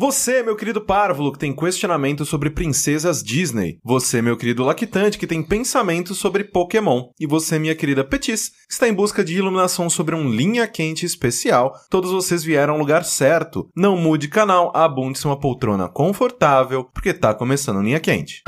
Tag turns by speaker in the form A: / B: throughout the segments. A: Você, meu querido párvulo, que tem questionamento sobre princesas Disney. Você, meu querido lactante, que tem pensamento sobre Pokémon. E você, minha querida Petis, que está em busca de iluminação sobre um linha quente especial. Todos vocês vieram ao lugar certo. Não mude canal, abunde-se uma poltrona confortável, porque tá começando o linha quente.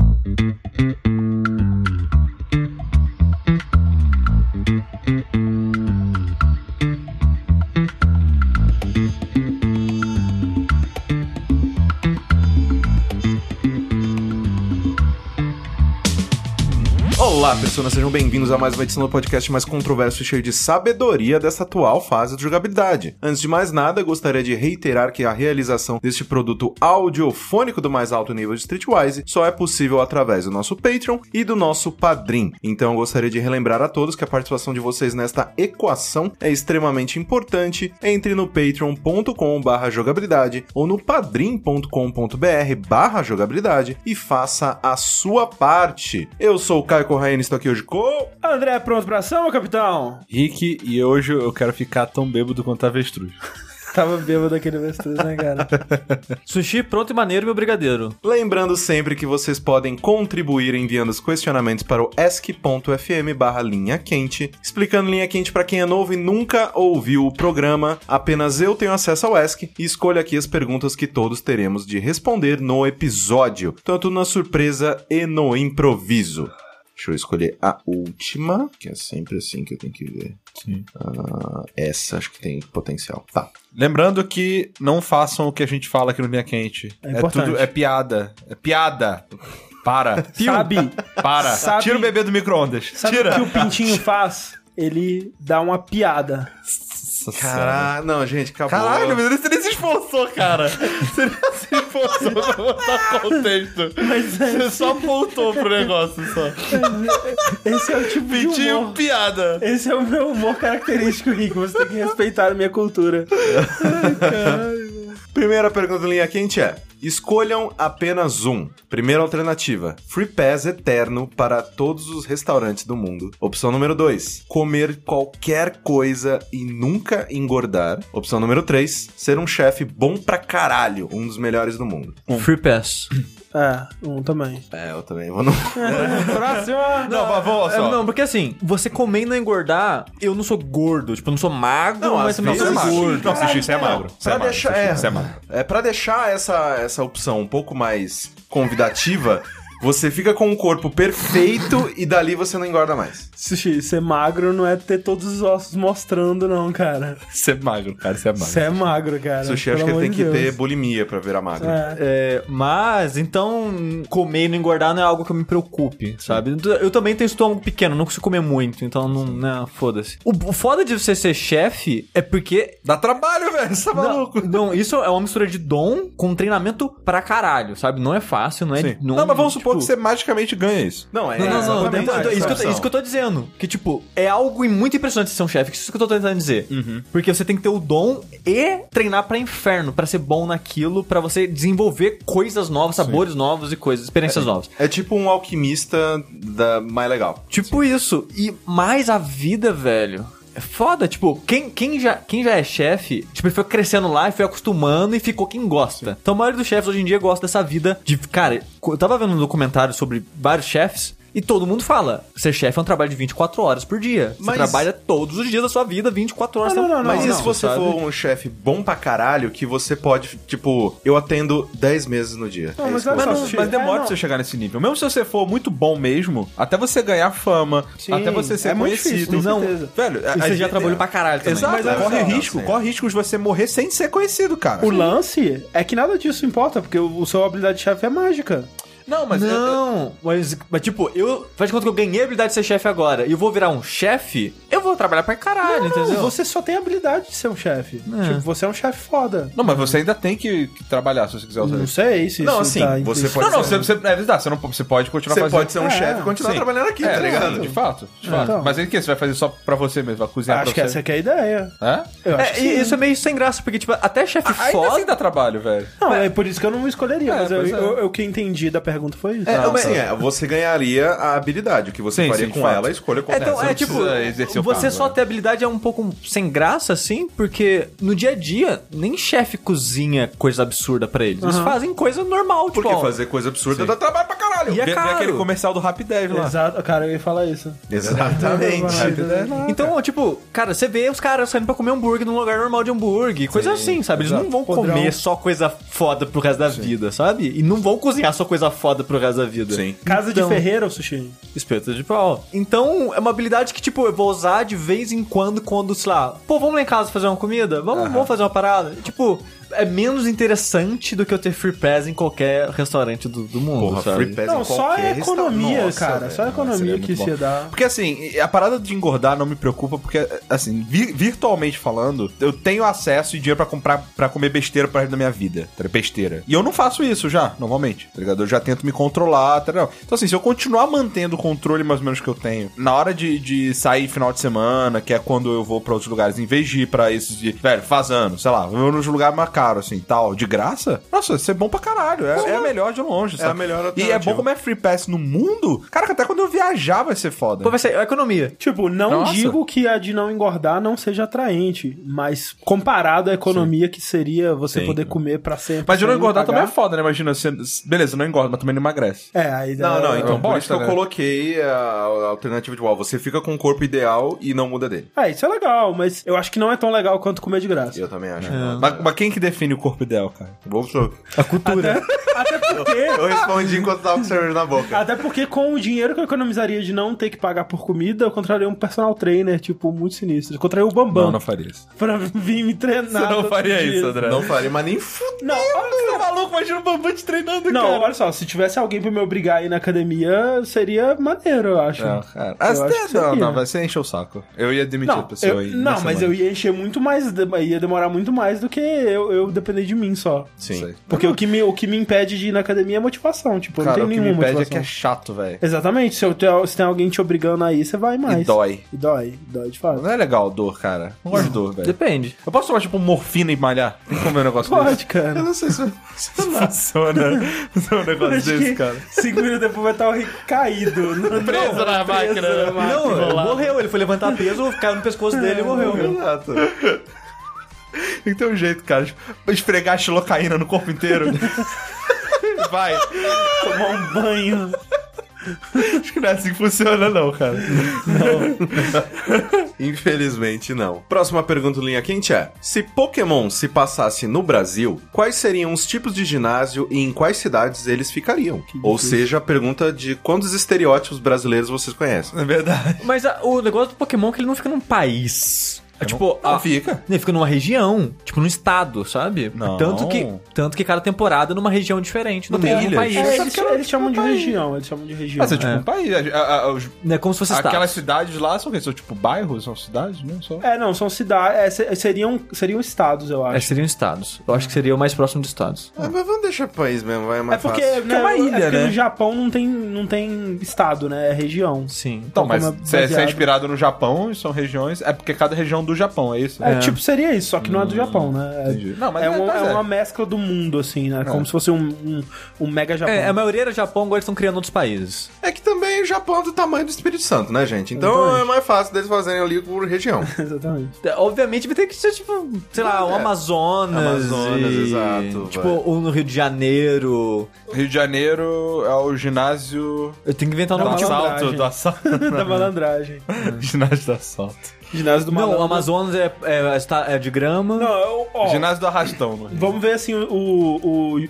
A: Olá, pessoas, sejam bem-vindos a mais uma edição do podcast mais controverso e cheio de sabedoria dessa atual fase de jogabilidade. Antes de mais nada, gostaria de reiterar que a realização deste produto audiofônico do mais alto nível de Streetwise só é possível através do nosso Patreon e do nosso Padrim. Então, eu gostaria de relembrar a todos que a participação de vocês nesta equação é extremamente importante. Entre no patreon.com/barra jogabilidade ou no padrim.com.br/barra jogabilidade e faça a sua parte. Eu sou o Caio Corraine, estou aqui hoje com.
B: André, pronto pra ação, meu capitão?
C: Rick, e hoje eu quero ficar tão bêbado quanto a avestruz.
B: Tava bêbado aquele avestruz, né, cara?
D: Sushi pronto e maneiro, meu brigadeiro.
A: Lembrando sempre que vocês podem contribuir enviando os questionamentos para o esc.fm barra linha quente, explicando linha quente para quem é novo e nunca ouviu o programa. Apenas eu tenho acesso ao ESC e escolho aqui as perguntas que todos teremos de responder no episódio, Então, tanto na surpresa e no improviso. Deixa eu escolher a última, que é sempre assim que eu tenho que ver.
C: Sim.
A: Ah, essa acho que tem potencial. Tá.
C: Lembrando que não façam o que a gente fala aqui no Linha Quente.
B: É importante.
C: é piada. É piada. Para.
B: Sabe,
C: Para.
B: Sabe-
C: Tira o bebê do micro-ondas.
B: sabe
C: Tira.
B: o que o pintinho faz? Ele dá uma piada.
C: Nossa senhora.
A: Caralho, não, gente, acabou.
C: Caralho, mas você nem se esforçou, cara. Você nem se esforçou pra botar contexto. Você só apontou pro negócio só.
B: Esse é o tipo de
C: Pintinho,
B: humor.
C: piada.
B: Esse é o meu humor característico, Rick. Você tem que respeitar a minha cultura.
A: Primeira pergunta do linha quente é: escolham apenas um. Primeira alternativa: Free Pass eterno para todos os restaurantes do mundo. Opção número 2: comer qualquer coisa e nunca engordar. Opção número 3: ser um chefe bom pra caralho, um dos melhores do mundo.
D: Free pass.
B: É, um também.
A: É, eu também vou no.
B: Próxima!
C: Não, mas vamos
D: É,
C: só.
D: não, porque assim, você comer e não engordar, eu não sou gordo. Tipo, eu não sou magro,
A: Não, às
D: mas também
A: vezes
D: não sou
A: sim,
D: gordo.
C: é Não, sushi, isso é magro. Isso
A: Pra
C: é magro.
A: deixar-
C: sushi,
A: é.
C: Isso é magro.
A: É para deixar essa, essa opção um pouco mais convidativa, você fica com um corpo perfeito e dali você não engorda mais.
B: Sushi, ser magro não é ter todos os ossos mostrando, não, cara.
C: Isso é magro, cara. Isso é magro.
B: Você é magro, cara.
A: Sushi,
B: pelo
A: acho que ele
B: amor
A: tem
B: de
A: que
B: Deus.
A: ter bulimia pra virar magro.
B: É.
D: É, mas, então, comer e não engordar não é algo que eu me preocupe, sabe? Eu também tenho estômago pequeno, não consigo comer muito, então não, né, foda-se. O, o foda de você ser chefe é porque
C: Dá trabalho, velho. Você tá
D: Não,
C: maluco.
D: não, isso é uma mistura de dom com treinamento pra caralho, sabe? Não é fácil, não é.
C: Sim. Não, mas vamos supor
D: tipo-
C: que você magicamente ganha isso.
A: Não, é.
D: Não, não, não,
A: exatamente
D: então,
A: essa
D: então, isso, que eu,
A: opção.
D: isso que eu tô dizendo. Que, tipo, é algo muito impressionante ser um chefe. que Isso que eu tô tentando dizer.
A: Uhum.
D: Porque você tem que ter o dom e treinar pra inferno, pra ser bom naquilo, pra você desenvolver coisas novas, sabores novos e coisas, experiências novas.
A: É tipo um alquimista da mais legal.
D: Tipo isso. E mais a vida, velho. É foda, tipo, quem, quem, já, quem já é chefe, tipo, ele foi crescendo lá e foi acostumando e ficou quem gosta. Então a maioria dos chefes hoje em dia gosta dessa vida de. Cara, eu tava vendo um documentário sobre vários chefes. E todo mundo fala, ser chefe é um trabalho de 24 horas por dia. Você
A: Mas-
D: trabalha todos os dias da sua vida, 24 horas.
B: Ah, Não,
D: tem-
B: não, não, não,
A: Mas e
B: não,
A: se você
D: sabe?
A: for um chefe bom pra caralho, que você pode, tipo, eu atendo 10 meses no dia.
B: Não,
A: É
B: mas
A: isso que eu
B: olha
C: Mas,
A: faço.
B: não,
C: mas demora
B: é,
C: pra
B: não.
C: você chegar nesse nível. Mesmo se você for muito bom mesmo, até você ganhar fama,
B: Sim,
C: até você ser
B: é muito
C: conhecido.
B: difícil, com
C: não,
B: certeza.
C: velho, a-
D: E
C: a
D: você
C: gente-
D: já trabalhou pra caralho também.
C: Exato,
B: Mas olha
C: corre
A: só,
C: risco,
A: sim.
C: corre risco de você morrer sem ser conhecido, cara.
B: O lance é que nada disso importa, porque o, o seu habilidade de chefe é mágica.
C: Não, mas é-
D: Não, mas, mas tipo, eu. Faz de conta que eu ganhei a habilidade de ser chefe agora e eu vou virar um chefe, eu vou trabalhar pra caralho, entendeu?
B: Você só tem a habilidade de ser um chefe. Tipo, você é um chefe foda.
C: Não, mas você ainda tem que, que trabalhar se você quiser usar
B: Não
C: isso.
B: sei se
A: Não,
B: isso
A: assim,
B: tá
A: você
B: implícito.
A: pode
C: Não, não,
A: ser-
C: você, você, é verdade, você, não, você pode continuar
A: Você
C: fazendo.
A: pode ser um
B: É,
A: chefe e continuar
C: sim.
A: trabalhando aqui,
C: É,
A: tá ligado?
C: De fato, de fato.
B: Então.
C: Mas aí o que? Você vai fazer só pra você mesmo? Vai cozinhar
B: Acho que
C: pra você?
B: essa aqui é a ideia.
C: Hã?
B: Eu acho
D: É,
B: que
D: e
B: sim.
D: isso é meio sem graça, porque, tipo, até chefe
C: Ainda assim
D: foda.
C: dá trabalho, velho.
B: Não, é por isso que eu não escolheria,
C: É,
B: mas eu,
C: pois é.
B: eu, eu que entendi da pergunta foi isso. Ah,
A: É,
B: Não,
A: assim, é, você ganharia a habilidade. O que você
C: Sim,
A: faria
C: sim, de
A: com
C: fato.
A: ela, a escolha com
D: É, então,
C: você
D: é
C: não
D: tipo,
C: precisa exercer o né?
D: você só ter habilidade é um pouco sem graça, assim, porque no dia a dia, nem chefe cozinha coisa absurda pra eles. Eles fazem coisa normal, tipo.
A: Porque
D: ó,
A: fazer coisa absurda dá trabalho pra caralho.
D: E é
A: Vê- vê
D: caro.
A: aquele comercial do Rapidev lá. É
B: Exato, cara, eu ia falar isso.
A: Exatamente.
D: Então, tipo, cara, você vê os caras saindo pra comer hambúrguer num lugar normal de hambúrguer, coisa assim, sabe? Eles não vão
B: Padrão.
D: comer só coisa foda pro resto da vida, sabe? E não vão cozinhar só coisa foda pro resto da vida.
A: Sim.
B: Casa
D: Então-
B: de Ferreira, o sushi.
D: Espeto de pau. Então, é uma habilidade que, tipo, eu vou usar de vez em quando, quando, sei lá, pô, vamos lá em casa fazer uma comida? Vamos, vamos fazer uma parada? Tipo, é menos interessante do que eu ter free pass em qualquer restaurante do, do mundo,
A: Porra,
D: sabe?
A: free pass é
B: Não,
A: em
B: só é
A: qualquer
B: a economia,
A: restaurante.
B: cara, só a economia
A: seria
B: que
A: muito
B: isso ia
A: bom.
B: dar.
A: Porque assim, a parada de engordar não me preocupa, porque assim, vi- virtualmente falando, eu tenho acesso e dinheiro pra comprar para comer besteira para resto da minha vida, tá ligado? besteira. E eu não faço isso já, normalmente, tá ligado? Eu já tento me controlar, tá ligado? Então assim, se eu continuar mantendo o controle mais ou menos que eu tenho, na hora de, de sair final de semana, que é quando eu vou pra outros lugares, em vez de ir pra esses de, velho, faz ano, sei lá, eu vou nos lugares mais caros assim, tal, de graça, nossa, isso é bom pra caralho, é, é a melhor de longe, sabe?
C: a melhor
A: E é bom
C: alternativa.
A: como é free pass no mundo, cara, que até quando eu viajar vai ser foda.
D: Pô, vai ser a economia.
B: Tipo, não
A: Nossa.
B: digo que a de não engordar não seja atraente, mas comparado à economia que seria você
A: Sim.
B: poder comer pra sempre.
A: Mas de não
B: sem
A: engordar
B: pagar.
A: também é foda, né? Imagina, você... beleza, não engorda, mas também não emagrece.
B: É, aí
A: Não, não, então
B: então.
A: por
C: bosta,
A: isso que eu
C: né?
A: coloquei a, a alternativa de uau. Você fica com o corpo ideal e não muda dele.
B: É, isso é legal, mas eu acho que não é tão legal quanto comer de graça.
A: então- Eu também acho.
C: É.
B: Ah.
A: Mas, mas quem que define o corpo ideal, cara? Bolsonaro.
D: A cultura.
B: Até porque.
A: respondi enquanto tava com cerveja na boca.
B: Até porque com o dinheiro que eu economizaria de não ter que pagar por comida, eu contraria um personal trainer, tipo, muito sinistro. Eu contraria o Bambam
A: Não, não faria isso.
B: pra vir me treinar.
C: Você não
B: todo
C: faria
B: dia.
C: isso, André.
A: faria, né? mas nem f...
B: Não, olha,
C: Tá maluco, imagina o Bambu te treinando,
B: Não,
C: cara.
B: olha só, se tivesse alguém pra me obrigar a ir na academia, seria maneiro, eu acho.
A: Não, cara.
B: Eu acho
A: Até,
B: que
A: não,
B: seria.
A: não, vai ser encher o saco. tipo, Eu ia demitir a
B: Não,
A: pessoa
B: eu-
A: aí.
B: não mas eu ia encher muito mais, de- ia demorar muito mais do que eu, eu depender de mim só.
A: Sim.
B: Porque o que, me, o que me impede de ir na academia é motivação, tipo, eu
A: Cara,
B: não
A: o que
B: tenho
A: me
B: nenhuma
A: impede é que
B: motivação.
A: é chato, velho.
B: Exatamente, se, eu te- se tem alguém te obrigando aí, você vai mais.
A: E dói.
B: E dói, dói de fato.
A: Não é legal dor, cara. Não gosto de dor, velho.
D: Depende.
A: Eu posso tomar, tipo, morfina e malhar? Tem que comer um negócio desse?
B: Pode, cara.
A: Eu não sei se funciona. Funciona um negócio
B: Acho
A: desse,
B: que
A: cara.
B: Cinco minutos depois vai estar o Rick caído. Não,
C: Preso na máquina.
D: Não, ele morreu. Ele foi levantar peso, caiu no pescoço dele e morreu.
A: Exato. Tem que ter um jeito, cara. Tipo, Esfregar a xilocaína no corpo inteiro. Vai.
B: tomar um banho.
A: Acho que não é assim que funciona, não, cara. Infelizmente, não. Próxima pergunta do Linha Quente é: Se Pokémon se passasse no Brasil, quais seriam os tipos de ginásio e em quais cidades eles ficariam? Ou seja, a pergunta de quantos estereótipos brasileiros vocês conhecem.
C: É verdade.
D: Mas a- o negócio do Pokémon é que ele não fica num país. É, tipo,
A: Não
B: Ah,
D: a-
A: Ah, fica.
D: Ele fica numa região, tipo num estado, sabe?
A: Não.
D: Tanto que, tanto que cada temporada é numa região diferente, no
A: Não tem
D: mesmo
A: ilhas.
D: país.
B: É,
A: Isso
B: eles,
A: que eu-
B: eles chamam de
A: tá aí.
B: região, eles chamam de região.
A: Mas é tipo
D: É.
A: um país. A- a- a- os-
D: Não é como se fosse estado.
A: aquelas cidades lá são o quê? São tipo bairros? São cidades? Não, só.
B: É, não, são cidades. é, se- seriam, seriam estados, eu
D: É,
B: acho.
D: seriam estados. Eu acho que seria o mais próximo de estados.
A: Ah, mas vamos deixar país mesmo, vai
B: É,
A: mais
B: porque,
A: fácil.
B: né,
A: é uma ilha,
B: é porque
A: né?
B: no Japão não tem, não tem estado, né? É região.
D: Sim.
A: Então, mas
B: Como é
A: você é
B: baseado.
A: inspirado no Japão e são regiões. É porque cada região do Japão, é isso?
B: É, tipo, seria isso, só que não é do Japão, né? É,
A: Não, mas
B: é,
A: é,
B: um-
A: pois
B: é
A: é.
B: uma mescla do mundo, assim, né? Como se fosse um, um, um mega Japão.
D: É, a maioria era Japão, agora eles estão criando outros países.
A: É que também o Japão é do tamanho do Espírito Santo, né, gente? Então é mais fácil deles fazerem ali por região.
B: Exatamente.
D: É, Obviamente vai ter que ser, tipo, sei lá, o
A: É.
D: Amazonas.
A: Amazonas,
D: e-
A: exato,
D: Tipo,
A: vai.
D: o no Rio de Janeiro.
A: Rio de Janeiro é o ginásio.
D: Eu tenho que inventar um
B: Não,
D: nome
B: Amazonas.
D: tipo.
C: Assalto,
B: Malandragem.
C: do assalto.
A: né?
B: da malandragem.
C: Ginásio do assalto.
B: Ginásio do
D: Não,
B: malandro.
D: o Amazonas é, é, está- é de grama.
B: Não, eu- ó,
A: Ginásio do Arrastão. no Rio.
B: Vamos ver assim o,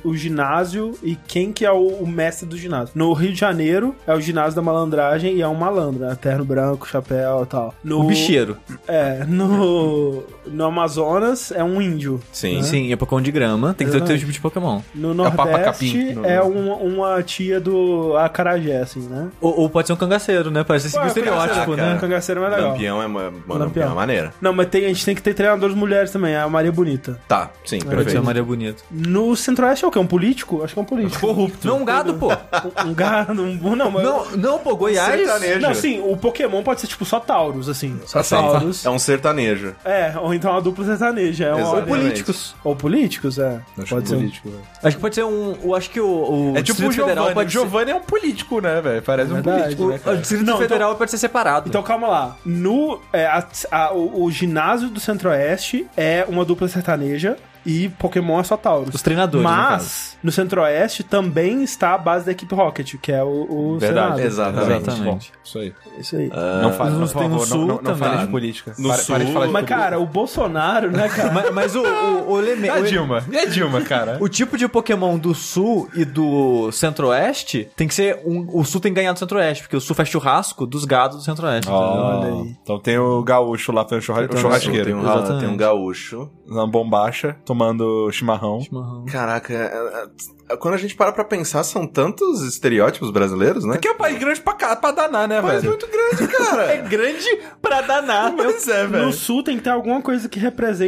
B: o, o ginásio e quem que é o, o mestre do ginásio. No Rio de Janeiro é o ginásio da malandragem e é um malandro, né? Terno branco, chapéu e tal. No,
D: O bicheiro.
B: É, no. No Amazonas é um índio.
A: Sim.
D: Sim, é Pokémon de grama. Tem que ter o teu tipo de Pokémon.
B: No
A: o Papa
B: Nordeste
A: Capim.
B: é um- uma tia do Acarajé, assim, né?
D: Ou, ou pode ser um cangaceiro, né? Parece esse
B: Ué,
D: estereótipo,
A: Ah,
B: cangaceiro,
D: né?
B: O cangaceiro é mais legal.
A: Lampião é uma, uma
B: Lampião.
A: lampião maneira.
B: Não, mas tem- a gente tem que ter treinadores mulheres também, a Maria Bonita.
A: Tá, sim,
D: Pode ser
A: perfeito.
D: a Maria Bonita.
B: No Centro-Oeste é o quê? Um político? Acho que é um político.
D: Corrupto. Não, um gado, pô.
B: um, um gado, um. Não, mas.
D: Não, não, pô, Goiás.
A: Sertanejo.
B: Não, sim, o Pokémon pode ser tipo só Taurus, assim. Só
A: Assim,
B: Taurus.
A: É um sertanejo.
B: É, ou então a dupla sertaneja. É
A: Exato.
B: uma...
A: Ou
D: Políticos.
B: Ou políticos, é. pode ser.
A: político, velho.
D: Acho que pode ser um. Eu acho que o. o
A: É tipo o
D: Distrito Federal
A: Giovanni. O
D: pode ser. É,
A: Giovanni é um político, né, velho? Parece um
B: É Verdade.
A: político, né,
D: O
A: cara?
D: Distrito
B: Não, então-
D: Federal pode ser separado.
B: Então calma lá. No, é, a a- a- o, o ginásio do Centro-Oeste é uma dupla sertaneja e Pokémon é só Taurus.
D: Os treinadores, no caso.
B: Mas no, Centro-Oeste também está a base da equipe Rocket, que é o, o
C: Verdade,
B: Senado.
A: Exatamente.
D: Exatamente.
C: Bom, isso aí.
B: Isso aí.
D: Ah.
C: não fale,
D: mas
C: não,
D: nos
C: por
D: tem no
C: favor,
D: sul
C: não, não, não fale
D: também.
C: de política.
A: No
C: Pare- pare de
A: sul-
C: falar de
B: Mas,
C: política.
B: cara, o Bolsonaro, né, cara?
D: Mas, mas o, o, o
C: E
D: elemento.
C: a Dilma? E a Dilma, cara?
D: O tipo de Pokémon do Sul e do Centro-Oeste tem que ser. Um, o Sul tem que ganhar do Centro-Oeste, porque o Sul faz churrasco dos gados do Centro-Oeste. entendeu?
C: Ó,
B: aí.
C: Então tem o gaúcho lá fazendo churra-
D: Então,
A: Churrasqueiro. Tem um,
C: churrasqueiro.
A: ra-
D: Exatamente.
A: tem um gaúcho.
C: Na bombacha, tomando chimarrão.
D: Chimarrão.
A: Caraca, é- é- quando a gente para pra pensar, são tantos estereótipos brasileiros, né?
C: Que é um país grande pra, ca- pra danar, né,
A: Mas
C: velho?
A: muito grande, cara.
D: É grande pra danar.
A: Pois é,
B: No
A: velho.
B: sul tem que ter alguma coisa que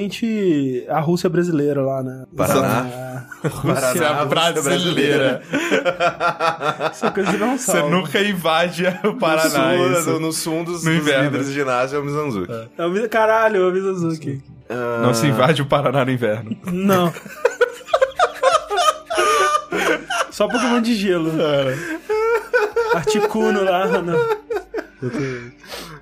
B: represente a Rússia brasileira lá, né?
A: Paraná.
C: Paraná,
A: Rússia
C: Rússia brasileira.
B: Essa coisa de não
C: Você nunca invade o Paraná.
A: No
C: isso.
A: sul, no sul um dos,
C: No
A: dos
C: inverno.
A: líderes de ginásio é o Mizanzuki.
B: Caralho, eu aviso azul aqui.
C: Não se invade o Paraná no inverno.
B: Não. Só Pokémon de gelo. Articuno lá, né? não.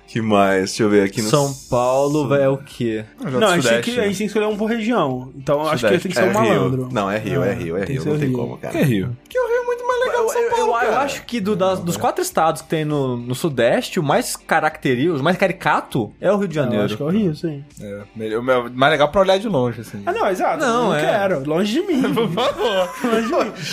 A: Que mais? Deixa eu ver aqui no...
D: São Paulo vai é o quê?
B: Não, a gente, tem que, a gente tem que escolher um por região. Então eu acho que tem que ser
A: É
B: um
A: Rio.
B: malandro. Ah,
A: Não, é Rio, é Rio, é
B: tem que
A: Rio.
B: ser
A: Não tem
B: Rio.
A: como,
C: Que é
A: cara.
C: Rio?
A: é
D: Eu, eu- eu- eu acho que do- das- dos quatro estados que tem no, no Sudeste, o mais característico, o mais caricato é o Rio de
B: Ah, eu
D: Janeiro.
B: acho que é o Rio, sim.
C: É, melhor- meu- mais legal pra olhar de longe, assim.
B: Ah, não, exato.
D: Não,
B: Não, não
D: é.
B: quero. Longe de mim.
C: Por favor.
B: Longe de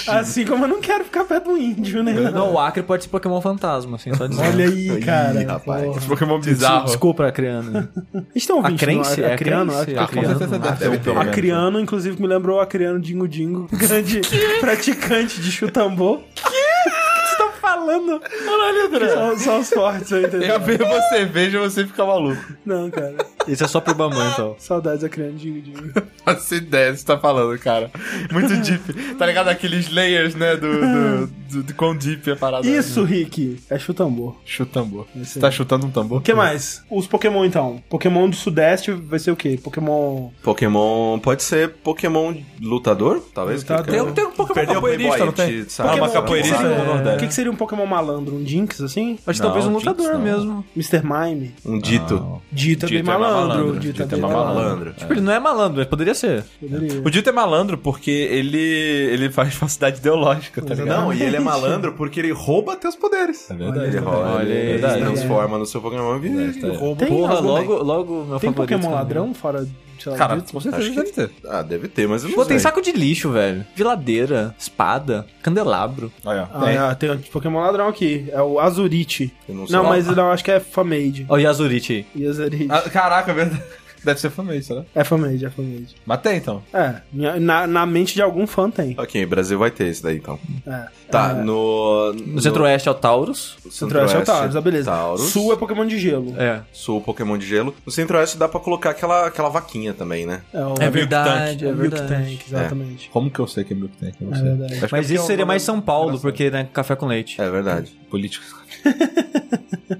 B: mim. Assim como eu não quero ficar perto do índio, né?
D: Não, o Acre pode ser Pokémon fantasma, assim, só dizer.
B: Olha aí, cara.
A: Ih, rapaz.
B: Porra.
C: Pokémon bizarro.
D: Desculpa, Acreano.
B: A gente tem um
D: A
B: ouvinte, não?
D: crença? É a
B: Acriano?
D: crença?
B: Acho que é
C: com certeza
D: Acriano.
C: deve ter um pelo menos.
B: Acriano, inclusive, me lembrou o Acriano Dingo Dingo, grande praticante de chutambô. Que? O que você tá falando?
C: Caralho, André.
B: Só, só os fortes, eu entendi.
C: Eu vejo você, vejo você ficar maluco.
B: Não, cara.
D: Isso é só pro Bambu, então.
B: Saudades Acriano Dingo Dingo.
C: Essa ideia que você tá falando, cara. Muito deep. Tá ligado? Aqueles layers, né? Do, do, do, do quão deep é a parada.
B: Isso, Rick, é chutambô.
C: Chuta tambor. Você
B: aí.
C: tá chutando um tambor?
B: O que mais? Os Pokémon, então. Pokémon do Sudeste vai ser o quê? Pokémon...
A: Pokémon... Pode ser Pokémon lutador, talvez?
B: Lutador.
A: Que- que-
B: Tem-
D: um Pokémon
A: Perdeu o Playboy, sabe?
C: Ah, uma
B: Pokémon-
A: É,
B: o que que seria-
C: capoeirista no Nordeste.
B: O que, que seria um Pokémon malandro? Um Jinx, assim?
D: Acho que
C: Não,
D: talvez um
C: Jinx
D: lutador
C: não.
D: mesmo.
B: Mr. Mime?
A: Um dito.
B: Dito é bem
C: Dito é mais
B: malandro.
C: malandro.
B: Dito é
C: Dito é
B: bem
C: mais
B: malandro.
A: Malandro.
D: Tipo, ele não é malandro, mas poderia ser.
B: Poderia.
C: O Dito é malandro porque ele, ele faz falsidade ideológica, tá ligado?
A: Não, e ele é malandro porque ele rouba teus poderes.
C: É verdade.
A: Ele, rouba,
D: Olha
A: ele, ele
D: aí.
A: se transforma no seu Pokémon e
C: Verdade, tá.
A: rouba.
B: Tem
D: Porra,
B: algum-
D: logo, logo meu
B: Tem
D: favorito.
B: Pokémon
D: também.
B: ladrão fora... sei lá,
C: Cara,
B: Dito?
C: com certeza
A: Acho
C: deve ter.
A: Ah, deve ter, mas eu não
D: Pô, tem
A: sei.
D: saco de lixo, velho. Geladeira, espada, candelabro.
C: Olha, ó.
B: Ah, é, tem um Pokémon ladrão aqui. É o Azurite.
A: Eu não sei.
B: Não, mas não, acho que é Famade.
D: Olha o Yazurite aí.
B: E Azurite.
C: Ah, caraca, é verdade. Deve ser famoso, isso, né?
B: É Famade, é Famade.
C: Mas tem, então.
B: É, minha- na, na mente de algum fã tem.
A: Ok, Brasil vai ter esse daí, então.
B: É.
A: Tá,
B: É,
A: no...
D: No centro-oeste é o Taurus.
B: Centro-Oeste é o Taurus, ah, beleza.
A: Taurus.
B: Sul é Pokémon de gelo.
D: É.
A: Sul, Pokémon de gelo. No centro-oeste dá pra colocar aquela, aquela vaquinha também, né?
B: É, o
D: É verdade, é
B: Milk
D: verdade.
B: Tank, exatamente.
C: Como que eu sei que é Milk Tank? Eu não
B: É
C: sei.
B: verdade.
C: Acho que é
D: Mas isso
C: porque
D: seria
C: eu-
D: mais São Paulo,
C: engraçado.
D: porque, né, café com leite.
A: É verdade.
C: Político.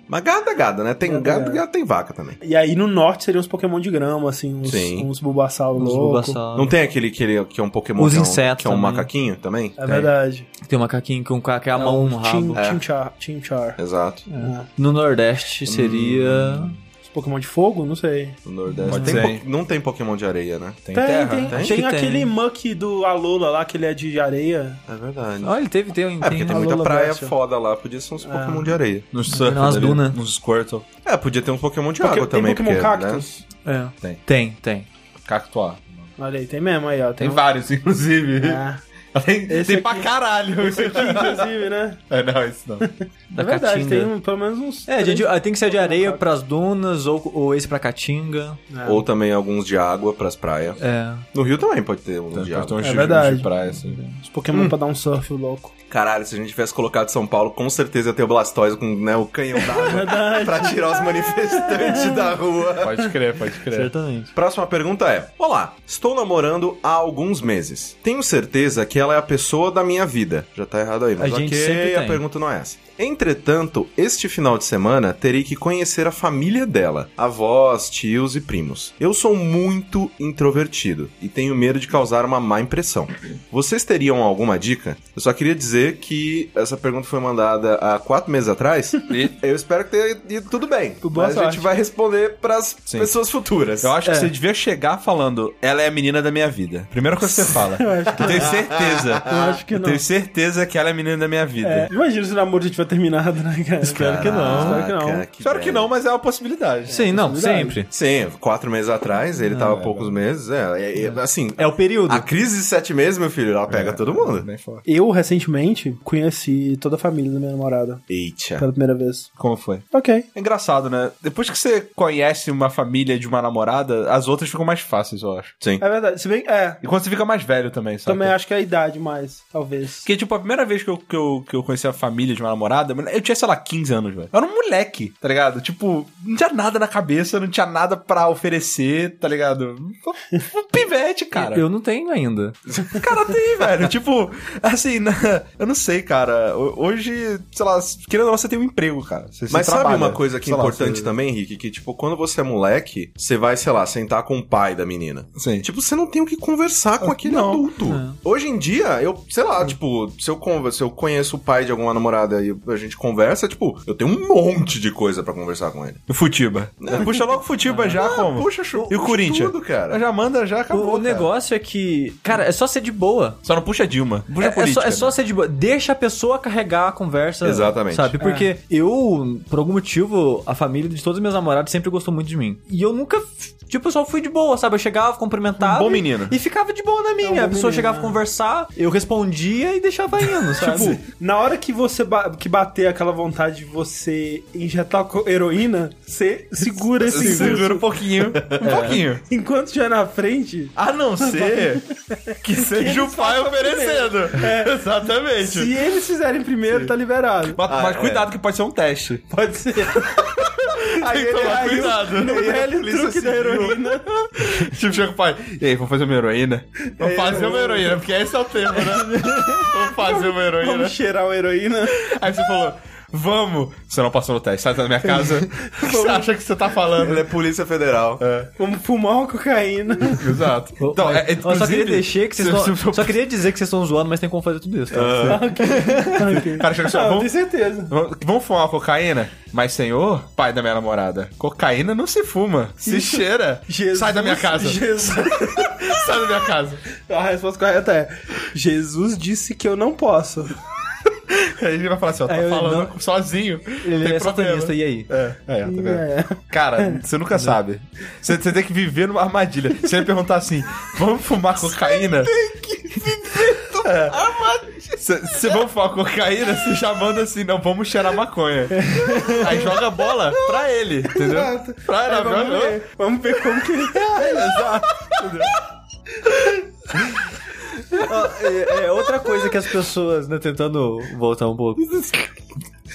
A: Mas gado é gado, né? Tem
B: Gado é
A: gado,
B: gado.
A: gado tem vaca também.
B: E aí no norte seriam os Pokémon de grama, assim, uns,
A: Sim.
B: uns Bulbasaur
D: Os
B: É louco.
D: Bulbasaur.
A: Não tem aquele que, ele, que é um Pokémon
D: Os
A: que é um,
D: insetos
A: que é um
D: também.
A: macaquinho também?
B: É verdade.
D: Tem um macaquinho com ca- que é a mão no rabo.
B: Team,
A: É.
B: Char. Team Char.
A: Exato.
B: É.
D: No Nordeste seria.
B: Os Pokémon de fogo? Não sei.
A: No Nordeste.
C: Pode
A: Tem
C: ser,
A: po-
C: hein?
A: não tem Pokémon de areia, né?
C: Tem,
B: Tem,
C: terra?
B: tem.
A: tem?
B: Tem,
D: Acho que
B: aquele
D: tem.
B: Muck do Alola lá, que ele é de areia.
A: É verdade.
D: Olha, ele teve, tem, um
A: É, porque tem
B: a
A: muita
B: Lola
A: praia
B: Bessa.
A: foda lá, podia ser
B: É.
A: uns Pokémon de areia.
C: Nos surf,
D: Nas
C: ali,
D: dunas.
C: Nos Squirtle.
A: É, podia ter uns Pokémon de
B: Porque
A: água
B: tem
A: também.
B: Pokémon
A: porque,
B: cactus.
A: né?
D: É.
C: Tem.
D: Tem, tem.
C: Cactuar.
B: Olha aí, tem mesmo aí, ó.
C: Tem
B: Tem, um-
C: vários, inclusive.
B: Ah,
C: Tem,
B: Então- Esse
C: tem pra
B: aqui.
C: caralho isso aqui.
B: inclusive, né?
C: é, não, isso não.
D: Da
B: é verdade,
D: Caatinga.
B: tem um- pelo menos uns.
D: É, de-
B: três.
D: de- tem que ser de areia pras dunas ou, ou esse pra Caatinga.
B: É.
A: Ou também alguns de água pras praias.
D: É.
A: No Rio também pode ter uns de água.
C: Então,
B: É verdade.
C: de praia, assim.
B: Os Pokémon pra dar um surf louco.
A: Caralho, se a gente tivesse colocado São Paulo, com certeza ia ter o Blastoise com né, o canhão d'água
B: Verdade.
A: pra tirar os manifestantes da rua.
C: Pode crer, pode crer.
B: tá-
D: Certamente.
A: é, Próxima pergunta é: Olá, estou namorando há alguns meses. Tenho certeza que ela é a pessoa da minha vida. Já tá errado aí, mas
D: A gente
A: ok,
D: sempre
A: a
D: tem.
A: pergunta não é essa. Entretanto, este final de semana terei que conhecer a família dela, avós, tios e primos. Eu sou muito introvertido e tenho medo de causar uma má impressão. Vocês teriam alguma dica? Eu só queria dizer que essa pergunta foi mandada há quatro meses atrás.
C: E
A: Eu espero que tenha ido tudo bem.
B: Boa
A: mas a
B: sorte.
A: gente vai responder pras
C: Sim.
A: pessoas futuras.
C: eu acho
B: É.
C: que você devia chegar falando, ela é a menina da minha vida. Primeira coisa que você fala. Eu tenho certeza.
B: Eu acho que
C: Eu
B: não.
C: tenho certeza que ela é a menina da minha vida.
B: É, imagina se o namoro já tiver terminado, né, cara? Espero que não. Espero que não.
A: Caraca,
C: Claro que
A: velho.
C: não, mas é uma possibilidade.
D: Sim, não,
B: verdade.
D: sempre.
A: Sim, quatro meses atrás, ele tava há poucos meses. É, é, é, assim,
D: É o período.
A: a crise de sete meses, meu filho, ela
C: É.
A: pega todo mundo.
C: Bem forte.
B: Eu, recentemente, conheci toda a família da minha namorada
A: Eita.
B: pela primeira vez.
C: Como foi?
B: Ok.
C: É engraçado, né? Depois que você conhece uma família de uma namorada, as outras ficam mais fáceis, eu acho.
A: Sim.
B: É verdade. Se bem. É.
C: E quando você fica mais velho também, sabe?
B: Também acho que é a idade mais, talvez.
C: Porque, tipo, a primeira vez que eu, que, eu, que eu conheci a família de uma namorada, eu tinha, sei lá, 15 anos, velho. Eu era um moleque, tá ligado? Tipo, não tinha nada na cabeça, não tinha nada pra oferecer, tá ligado? Um pivete, cara. Um
D: Eu não tenho ainda.
C: Cara, tem, velho. Tipo, assim, né? eu não sei, cara. O- Hoje, sei lá, querendo ou não, você tem um emprego, cara. Você, você
A: Mas sabe
C: trabalha.
A: uma coisa que é
C: Sei lá,
A: importante
C: você-
A: também, Henrique? Que, tipo, quando você é moleque, você vai, sei lá, sentar com o pai da menina.
C: Sim. Ah,
A: Tipo, você não tem o que conversar com aquele
C: Não. É.
A: adulto. Hoje em dia, eu, sei lá, tipo, se eu, conver- se eu conheço o pai de alguma namorada e a gente conversa, tipo, eu tenho um monte de coisa pra conversar com ele.
C: Futiba.
A: É,
C: Puxa logo o Futiba já, como?
A: Puxa, chu-
C: E o
A: puxa
C: Corinthians?
A: Tudo, cara.
C: Já manda, já
D: O,
C: acabou.
D: o
C: cara.
D: negócio é que, cara, é só ser de boa.
C: Só não puxa Dilma. Puxa
D: É, é
C: política. né?
D: só, é só ser de boa. Deixa a pessoa carregar a conversa.
A: Exatamente.
C: É.
D: Sabe? Porque eu, por algum motivo, a família de todos os meus namorados sempre gostou muito de mim. E eu nunca. f- Tipo, eu só fui de boa, sabe? Eu chegava, cumprimentava.
C: Um bom
D: e-
C: menino.
D: E ficava de boa na minha.
B: bom
D: a pessoa
B: menino,
D: chegava a
B: é.
D: conversar, eu respondia e deixava indo, sabe?
B: Tipo, na hora que você ba- que bater aquela vontade de você injetar co- heroína, você segura esse
C: Sim, Segura
B: impulso.
C: um pouquinho. Um
A: É.
C: pouquinho.
B: Enquanto estiver na frente,
C: A não ser que seja o pai oferecendo. Exatamente.
B: É. se eles fizerem primeiro, tá liberado.
C: Mas,
A: Ah,
C: mas
A: é.
C: cuidado que pode ser um teste.
B: Pode ser.
C: Tem que tomar cuidado.
B: No velho truque da heroína.
C: Tipo, chega o pai. E aí, vamos fazer uma heroína?
B: É,
C: Vamos fazer uma heroína, porque esse é o tema, né? Vamos fazer uma heroína.
B: Vamos cheirar uma heroína.
C: Aí você falou, vamos. Você não passou no teste, sai da minha casa. O que você acha que você tá falando? É,
A: Ele é Polícia Federal.
B: Vamos fumar uma cocaína.
C: Exato. Então,
D: Mas-
C: é, é,
D: eu só queria
C: inclusive,
D: deixar que vocês
C: se-
D: não,
C: se- Ah. se-
D: Só queria dizer que vocês estão zoando, mas tem como fazer tudo isso. tá?
B: Ok.
C: Cara, chega só,
B: Ah, eu
C: vamos-
B: tenho certeza.
C: Vamos vamos fumar uma cocaína? Mas, senhor, pai da minha namorada, cocaína não se fuma, se cheira.
B: Jesus,
C: Sai da minha casa.
B: Jesus.
C: Sai da minha casa.
B: A resposta correta é: Jesus disse que eu não posso.
C: Aí ele vai falar assim, ó, tá
D: Aí eu-
C: falando sozinho.
D: Ele
C: tem problema.
D: é satanista, e aí?
C: É, é, tá vendo?
B: É.
C: Cara, você nunca sabe. Você, você tem que viver numa armadilha. Se ele perguntar assim, vamos fumar cocaína? Você tem que viver numa armadilha. Se vamos fumar cocaína, você já manda assim, não, vamos cheirar maconha. Aí joga a bola pra ele, entendeu?
B: Exato.
C: Pra ele,
B: Aí
C: agora
B: vamos, ver, vamos ver como que ele
D: É, é, outra coisa que as pessoas, né, tentando voltar um pouco.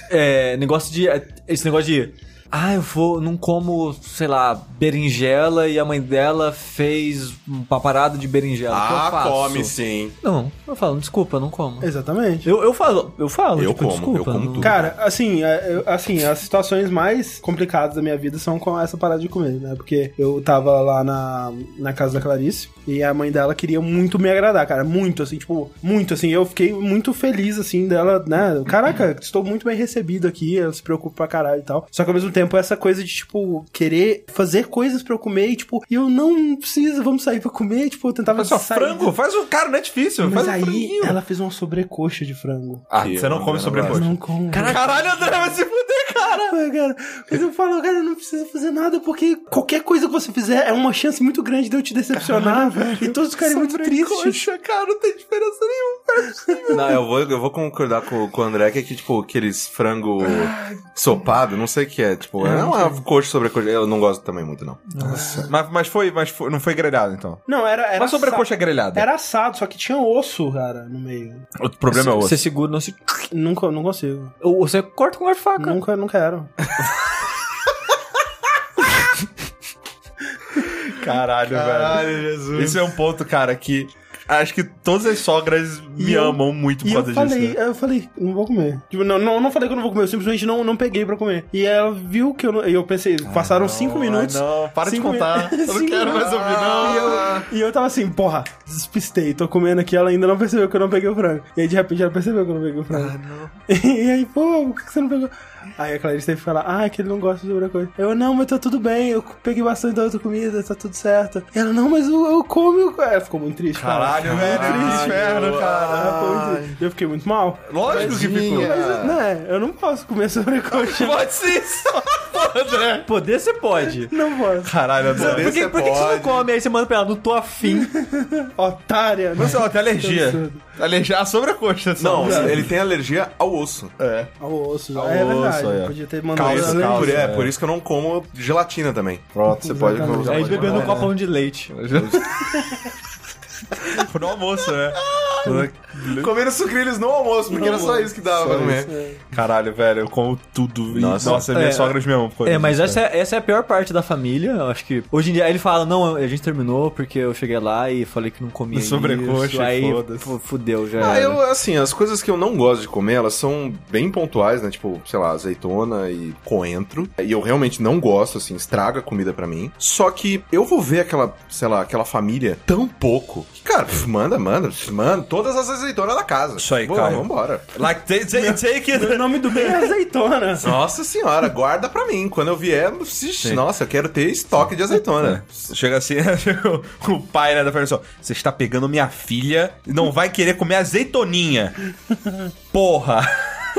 D: É, negócio de. é, Esse negócio de. Ah, eu vou, não como, sei lá, berinjela e a mãe dela fez uma parada de
C: é
D: berinjela. O que eu
A: Ah,
D: faço?
A: come sim.
D: Não, eu falo, desculpa, não como.
B: Exatamente.
D: Eu, eu falo, eu falo,
A: Eu
D: tipo,
A: como,
D: desculpa.
A: eu como
D: não-
A: tudo.
B: Cara, assim, é, eu- assim, as situações mais complicadas da minha vida são com essa parada de comer, né? Porque eu tava lá na, na casa da Clarice e a mãe dela queria muito me agradar, cara. Muito, assim, tipo, muito, assim. Eu fiquei muito feliz, assim, dela, né? Caraca, estou muito bem recebido aqui, ela se preocupa pra caralho e tal. Só que ao mesmo tempo, essa coisa de, tipo, querer fazer coisas pra eu comer e, tipo, eu não preciso, vamos sair pra comer. Tipo, eu tentava
C: Faz só
B: sair-
C: frango, faz o cara, não é difícil.
B: Mas
C: faz um
B: aí é
C: franguinho.
B: ela fez uma sobrecoxa de frango.
C: Ah, você não come sobrecoxa.
B: Não como.
C: Caralho, André, vai se fuder, cara.
B: Pô, cara, mas eu falo, cara, não precisa fazer nada, porque qualquer coisa que você fizer é uma chance muito grande de eu te decepcionar. e todos ficarem é muito tristes.
C: Sobrecoxa, cara, não tem diferença nenhuma.
A: Não, eu vou, eu vou concordar com, com o André que é que, tipo, aqueles frango sopado, não sei o que é. Tipo, é uma coxa sobre coxa. Eu não gosto também muito, não.
C: Mas, mas foi, mas foi- não foi grelhado, então.
B: Não, era, era
C: mas sobrecoxa é grelhada.
B: Era assado, só que tinha osso, cara, no meio.
C: O problema é o osso.
D: Você segura, não se.
B: Nunca, não consigo.
D: Ou você corta com a faca.
B: Nunca, não quero.
C: Caralho, velho.
A: Jesus.
C: Esse é um ponto, cara, que Acho que todas as sogras me
B: E eu-
C: amam muito por
B: E eu
C: causa disso.
B: falei,
C: né?
B: eu falei, não vou comer. Tipo, não, não, não falei que eu não vou comer, eu simplesmente não, não peguei pra comer. E ela viu que eu não. E eu pensei, passaram cinco
C: Ai,
B: minutos.
C: Não, para de
B: Cinco mi-
C: contar. Eu não
B: Cinco
C: quero mais ouvir, não.
B: E eu, e eu tava assim, porra, despistei, tô comendo aqui, ela ainda não percebeu que eu não peguei o frango. E aí de repente ela percebeu que eu não peguei o frango.
A: Ah,
B: E aí, pô, por que que você não pegou? Aí a Clarice teve que falar, ah, é que ele não gosta de outra coisa. Eu, não, mas tá tudo bem, eu peguei bastante da outra comida, tá tudo certo. Ela, não, mas eu, eu como. eu co-". Ela ficou muito triste, cara.
C: Caralho, velho, que inferno, cara.
B: Ela ficou muito triste. Eu fiquei muito mal.
C: Lógico que ficou.
A: Ah.
B: Mas, né, eu não posso comer sobrecoxa.
C: Pode ser isso. André.
D: Poder você pode.
B: Não posso.
C: Caralho, André.
D: Por, que,
A: você
D: por que que você não
A: pode.
D: come? Aí você manda pra ela, não tô afim.
B: Otária. né? Não.
C: Você ó, tem alergia.
B: absurdo.
C: Alergia à sobrecoxa. só.
A: Não, ele tem alergia ao osso.
C: É.
B: Ao osso.
C: Ao
B: é verdade.
C: osso, aí, ó.
B: Podia ter mandado.
A: Calça,
B: ela-
C: calça,
A: por, é,
C: é.
A: por isso que eu não como gelatina também.
C: Pronto, você pode.
B: Exatamente.
C: você
D: Aí
C: pode
D: bebendo um
A: é.
C: mandar.
D: copão de leite.
C: Pro almoço, né?
A: Comendo sucrilhos no almoço, porque era só isso que dava pra comer.
C: Caralho, velho, eu como tudo. E, Nossa,
A: Nossa.
C: minhas
D: É.
C: sogras me amam. por causa
D: É, mas
C: disso,
D: essa
B: né?
D: é, essa é a pior parte da família. Eu acho que. Hoje em dia aí ele fala, não, a gente terminou porque eu cheguei lá e falei que não comia.
C: Sobrecoxa,
D: isso. Aí
C: foda-se.
D: fu- fudeu já.
A: Ah,
C: É.
D: era.
A: eu, assim, as coisas que eu não gosto de comer, elas são bem pontuais, né? Tipo, sei lá, azeitona e coentro. E eu realmente não gosto, assim, estraga a comida pra mim. Só que eu vou ver aquela, sei lá, aquela família tão pouco. Que, cara, pf, manda, manda, pf, manda todas as azeitonas da casa.
C: É. Isso aí,
A: Pô,
C: Caio.
A: Vambora.
C: né? Like, take, take, take it.
B: O nome do bem é azeitona.
A: Nossa senhora, guarda pra mim. Quando eu vier, xixi, nossa, eu quero ter estoque de azeitona.
C: Chega assim, chega o- o pai né, da pessoa, você está pegando minha filha e não vai querer comer azeitoninha. Porra!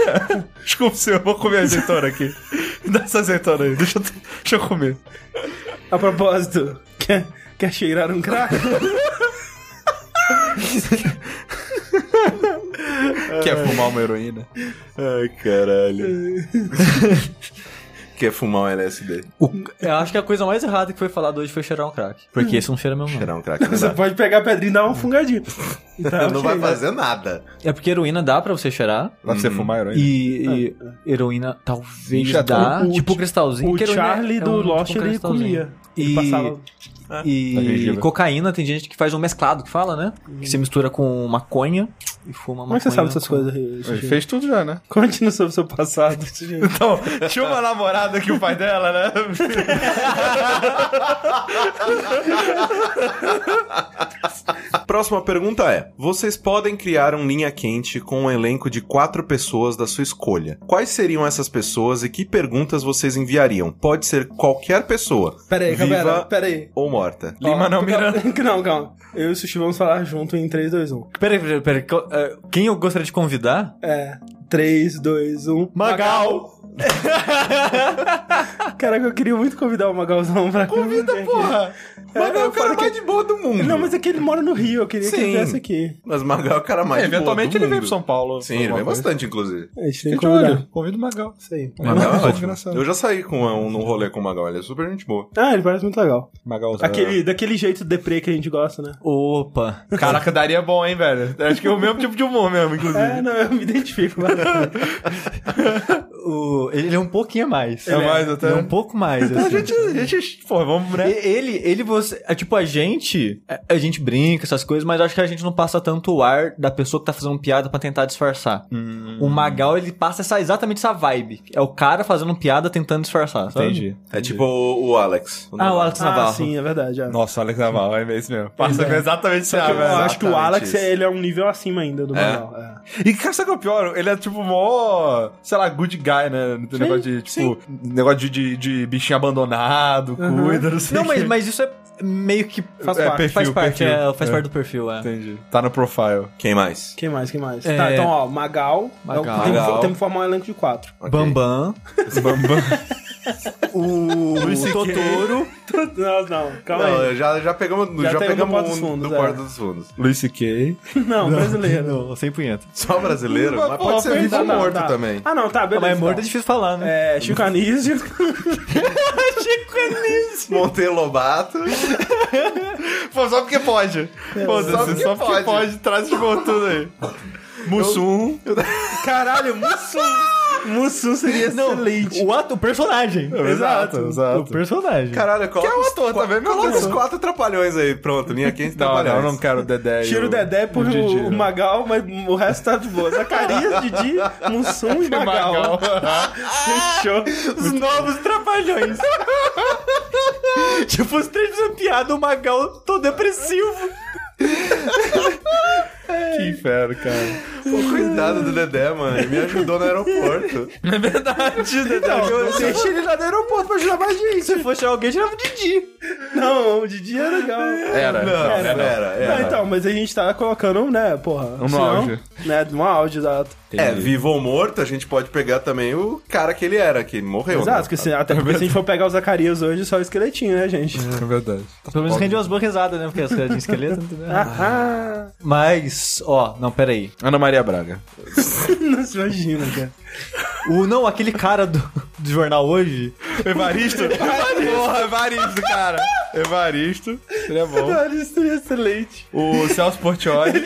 C: Desculpa, senhor, eu vou comer azeitona aqui. Dá essa azeitona aí, deixa eu, deixa eu comer.
B: A propósito, quer, quer cheirar um crack?
C: Quer fumar uma heroína?
A: Ai, caralho. Quer fumar um LSD?
D: Eu acho que a coisa mais errada que foi falada hoje foi cheirar um crack. Porque esse não cheira mesmo, não.
A: Cheirar um crack. não
B: Você
A: dá.
B: pode pegar a pedrinha e dar uma fungadinha. Então,
A: Não
C: né?
A: vai fazer nada.
D: É porque heroína dá pra você cheirar.
C: Dá pra você fumar
B: é.
C: heroína?
D: E, e heroína talvez
C: Já
D: dá.
B: tem o-
D: tipo cristalzinho.
B: Ah. O
D: que heroína é-
B: Charlie
D: é um-
B: do
D: tipo um
B: Lost ele
D: cristalzinho. é
B: comia. Ah. Tá
D: E-
B: Ele passava.
C: Na
D: E
C: gengiva.
D: cocaína, tem gente que faz um mesclado que fala, né? Que se mistura com maconha e fuma
B: Como é
D: maconha.
B: que Uhum. você sabe essas
D: com-
B: coisas? Rio?
C: Ele fez tudo já, né?
B: Conte-nos sobre o seu passado. Sujeito.
C: Então, tinha uma namorada que o pai dela, né?
A: A próxima pergunta é: Vocês podem criar um linha quente com um elenco de quatro pessoas da sua escolha. Quais seriam essas pessoas e que perguntas vocês enviariam? Pode ser qualquer pessoa.
B: Pera aí,
A: Viva
B: galera, pera aí.
A: ou morta.
C: Lima não Miranda.
B: Não, calma. Eu e o Sushi vamos falar junto em um. 3, 2, 1.
D: Peraí, peraí, peraí. co- eh, Quem eu gostaria de convidar?
B: É. um. 3, 2, 1.
D: Magal!
B: Caraca, eu queria muito convidar o Magalzão pra Convida, Tá, porra!
A: Magal é o cara mais de boa do mundo.
B: Não, mas é que ele mora no Rio, eu queria que
A: Sim.
B: ele viesse aqui.
A: Mas Magal é o cara mais de boa do mundo.
C: Eventualmente ele veio pro São Paulo. assim.
A: Sim, ele vem bastante, inclusive.
B: A gente tem que
C: De
B: convidar.
C: olho, convido o Magal.
B: Isso aí.
A: Magal é
C: Nossa,
A: ótimo.
C: engraçado.
A: Eu já saí com um, num rolê com o Magal, ele é super gente boa.
B: Ah, ele parece muito legal.
C: Magal.
B: Aquele, daquele jeito deprê que a gente gosta, né?
D: Opa!
C: Caraca, daria bom, hein, velho? Acho que é o mesmo tipo de humor mesmo, inclusive.
B: É, não, eu me identifico. mas-
D: O- ele é um pouquinho a mais.
C: É mais até.
D: Ele é um pouco mais. assim.
C: A gente, a gente, pô, vamos, né?
D: E- Ele, ele, você. é, Tipo, a gente. a- A gente brinca, essas coisas, mas acho que a gente não passa tanto o ar da pessoa que tá fazendo piada pra tentar disfarçar.
C: Hum,
D: O Magal, ele passa essa, exatamente essa vibe. É o cara fazendo piada tentando disfarçar, sabe?
A: É tipo o, o Alex. o
D: Ah, o
A: Navarro.
D: Alex
B: ah,
D: Navarro.
B: sim, é verdade. É.
C: Nossa, Alex Naval, é isso mesmo. Passa exatamente isso aí,
B: Ah, Eu
C: velho.
B: acho que o Alex
A: isso.
B: ele é um nível acima ainda do Magal. é.
C: E cara, sabe o que é o pior? Ele é tipo mó, sei lá, good guy, né? Não tem negócio de, tipo, negócio de, de, de bichinho abandonado, cuida, não sei
D: Não,
C: o
D: mas,
C: quê.
D: mas isso é meio que. Faz
C: É,
D: parte.
C: perfil,
D: faz parte,
C: perfil.
D: é, faz
C: É.
D: parte do perfil, é.
C: Entendi. Tá no profile.
A: Quem mais?
B: Quem mais, quem mais?
D: É.
B: Tá, então, ó, Magal.
D: Magal.
B: É o- tem que-
A: Magal.
B: Temos que formar um elenco de quatro.
A: Ok.
D: Bambam.
C: Bambam.
D: O
C: Luiz C.K.
D: Totoro.
B: é Não, não, calma aí.
A: Não, já, já pegamos, já
B: Já pegamos
A: pegamos
B: no Porta dos
A: um
B: Fundos,
A: do
B: é.
A: Porta dos Fundos.
C: Luis C.K.
B: Não, brasileiro.
D: Não, sem punheta.
A: Só brasileiro?
C: Mas,
A: Mas,
C: pô,
A: pode ser
C: fez-
A: vivo
B: Tá,
A: ou
B: não,
A: morto
B: tá.
A: também.
B: Ah, não, tá, beleza.
D: Mas morto é
B: então.
D: difício falar, né?
B: É, Chico Anísio.
A: Monteiro Lobato.
C: Pô, só porque pode.
A: só
C: Foda-se,
A: porque
C: só porque
A: pode.
C: pode. Traz de volta tudo aí. Mussum.
B: Caralho, Mussum. Mussum seria
D: Não,
B: excelente.
D: o ato, o personagem.
C: Exato, É exato.
D: É O personagem.
C: Caralho,
A: Que
C: coloca
A: é o
C: os
A: ator
C: qua-
A: também, meu
C: coloca
A: Deus.
C: os
A: Os quatro trapalhões aí, pronto, linha quente
C: Não, não,
A: trapalhões.
C: eu não quero o Dedé. e
B: Tira o Dedé por o,
C: Didi,
B: o
C: não.
B: Magal, mas o resto tá de boa. Zacarias, Didi, Mussum e Magal.
C: Magal.
B: Fechou.
D: Os novos trapalhões. tipo, os três fazendo piada, o Magal todo depressivo.
C: Que inferno, cara.
A: Pô, Cuidado do Dedé, mano. Ele me ajudou no aeroporto.
C: É verdade, Dedé.
D: deixa ele lá no aeroporto pra ajudar mais gente. Se fosse alguém, tirava o Didi.
B: Não, o Didi é legal.
C: Era.
A: Não, era,
C: não.
A: era.
B: Não, então, mas a gente tá colocando, né, porra.
C: Um
B: senão,
C: áudio.
B: Né, um áudio, exato.
A: É, vivo ou morto, a gente pode pegar também o cara que ele era, que ele morreu.
B: Exato,
A: né?
B: porque se, até porque se a gente for pegar o Zacarias hoje, só o esqueletinho, né, gente?
C: É verdade.
D: Pelo menos rende umas boas risadas, né? Porque as caras de esqueleto,
C: É.
B: Ah, ah.
D: Mas, ó, não, peraí.
C: Ana Maria Braga.
B: não se imagina, cara.
D: O, não, aquele cara do, do jornal hoje.
C: Evaristo? Porra, Evaristo, cara. Evaristo. Ele é bom.
B: Cara, isso seria excelente.
C: O Celso Portioli.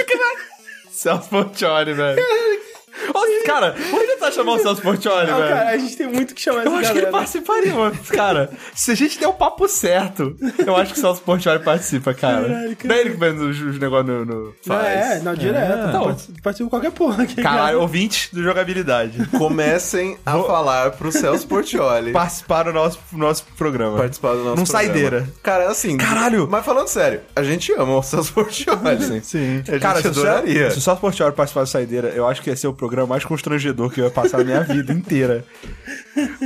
A: é-
C: Celso Portioli, velho. Ô, Cara, por que tá chamando o Celso Portioli,
B: Não, É, cara,
C: velho?
B: a gente tem muito que chamar
C: Eu
B: essa
C: acho que ele
B: galera. né?
C: participaria, mano. Cara, se a gente der o papo certo, eu acho que o Celso Portioli participa, cara.
B: Caralho, cara.
C: Não é ele que faz os, os negócios no... no-
B: É, não, direto.
C: Então.
B: Participa- Participa qualquer porra aqui.
C: Caralho, ouvinte do Jogabilidade.
A: Comecem a falar pro Celso Portioli.
C: Participaram do nosso, nosso programa.
A: participar do nosso
C: Não
A: programa.
C: saideira.
A: Cara, assim...
C: Caralho!
A: Mas falando sério, a gente ama o Celso Portioli. Sim.
C: Sim.
A: gente
C: Cara, se o Celso-
A: adoraria.
C: se o Celso Portiolli participar da saideira, eu acho que ia ser o programa mais constrangedor que eu ia passar na minha vida inteira.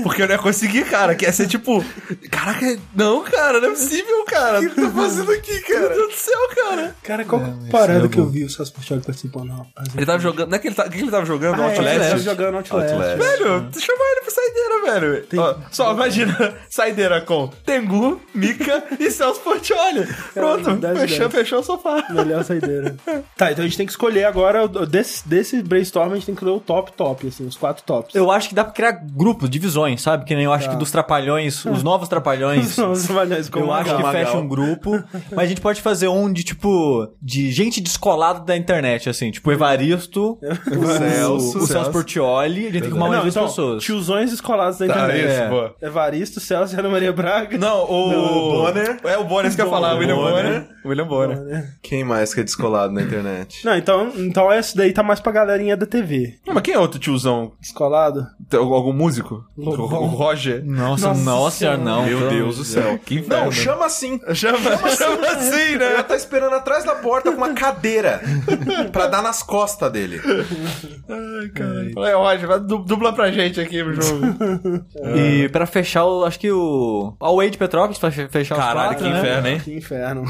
C: Porque eu não ia conseguir, cara. Que ia ser tipo. Caraca, não, cara, não é possível, cara. O que tá fazendo aqui, cara? Meu Deus do céu, cara.
B: Cara, qual
C: isso é
B: parada que
C: bom.
B: eu vi o Celso Portioli participando? Não,
C: Ele tava jogando. Não é que ele tava. O que ele tava jogando?
B: Ah, é,
C: Outlast?
B: ele tava jogando Outlast.
A: Outlast.
C: Velho, chama ele pra saideira, velho. Ó, só imagina, saideira com Tengu, Mika e Celso Portiolli. Pronto,
B: dez de
C: fechou,
B: dez.
C: fechou o sofá.
B: Melhor saideira. tá, então a gente tem que escolher agora, o- desse, desse brainstorm, a gente tem que escolher o top top, assim, os quatro tops.
D: Eu acho que dá pra criar grupos, divisões, sabe? Que nem eu acho que dos trapalhões, É. os novos trapalhões.
B: Os trabalhões com
D: Eu acho que
B: é Magal.
D: fecha um grupo, mas a gente pode fazer um de tipo de gente descolada da internet, assim, tipo Evaristo, o
A: Celso,
D: Celso, o Celso
A: Celso.
D: Portioli, a gente tem que arrumar mais
B: Não,
D: duas
B: então,
D: pessoas.
B: tiozões descolados da
C: Tá,
B: internet.
C: isso,
D: É.
C: boa.
B: Evaristo, Celso e Ana Maria Braga.
C: Não, o...
A: Não, o Bonner.
C: É, o Bonner, isso que eu ia falar. William
A: Bonner.
C: Bonner. William Bonner.
A: Quem mais que é descolado na internet?
B: Não, então, então esse daí tá mais pra galerinha da TV.
C: Não, mas quem é outro tiozão?
B: Descolado?
C: Tem Algum algum músico? O o Roger?
D: Nossa,
B: Nossa
D: nossa,
B: Senhora.
D: não.
A: Meu
D: pelo
A: Deus do céu.
C: Que inferno.
A: Não, chama assim.
C: Chama, chama assim,
A: Eu ia
C: né?
A: estar esperando atrás da porta com uma cadeira pra dar nas costas dele.
C: Ai, cara. Fala aí, Roger, vai du- dubla pra gente aqui no jogo.
D: E pra fechar, o, acho que o Away de Petrópolis pra fe- fechar os quatro, né?
C: hein?
B: Que inferno.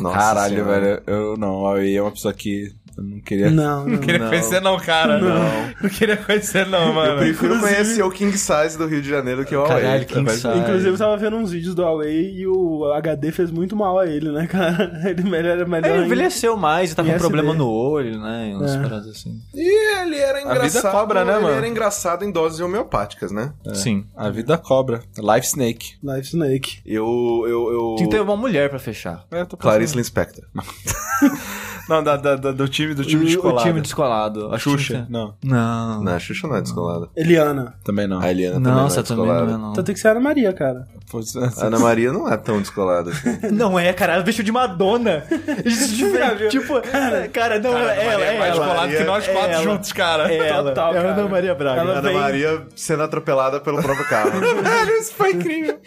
A: Nossa
C: Caralho,
A: Senhora.
C: velho. Eu não, a é uma pessoa que eu não queria...
B: Não, não.
C: Não queria conhecer não, cara. Não. Não queria conhecer não,
A: Eu
C: mano.
A: prefiro conhecer o King Size do Rio de Janeiro que o Huawei.
D: Caralho, quem sabe?
B: Inclusive, eu tava vendo uns vídeos do Huawei e o HD fez muito mal a ele, né, cara? Ele melhor, melhor
D: Ele
B: ainda.
D: É, envelheceu mais e tá com um
B: ISD.
D: problema no olho, né? e Umas
B: É.
D: paradas assim.
A: E ele era
C: vida
A: engraçado.
C: cobra, né,
A: ele
C: mano?
A: era engraçado em doses homeopáticas, né?
B: É.
D: Sim.
C: A vida cobra. Life Snake.
B: Life Snake.
A: Eu. eu, eu...
D: Tinha que ter um uma mulher pra fechar.
C: É, eu tô pensando-
A: Clarice Lispector.
C: Não, da, da- da- do time, do time
D: E
C: de
D: o time
C: escolar.
D: descolado. A
C: Xuxa. Não,
D: Não.
A: Não, a Xuxa não é descolada.
B: Eliana.
C: também não.
A: A Eliana também não é
D: Nossa, também
A: descolada.
D: não é, não.
B: Então tem que ser a Ana Maria, cara.
C: Putz,
A: A Ana Maria não é tão descolada assim.
D: Não é, cara, ela vestiu de Madonna. tipo, cara, não, ela, ela, é
C: mais
D: ela.
C: colado que nós
D: é
C: quatro
D: ela.
C: juntos, cara.
D: É ela.
B: Total,
D: é a
B: cara.
D: Ana Maria Braga.
B: Ela
A: Ana
B: vem-
A: Maria sendo atropelada pelo próprio carro.
C: Velho, isso foi incrível.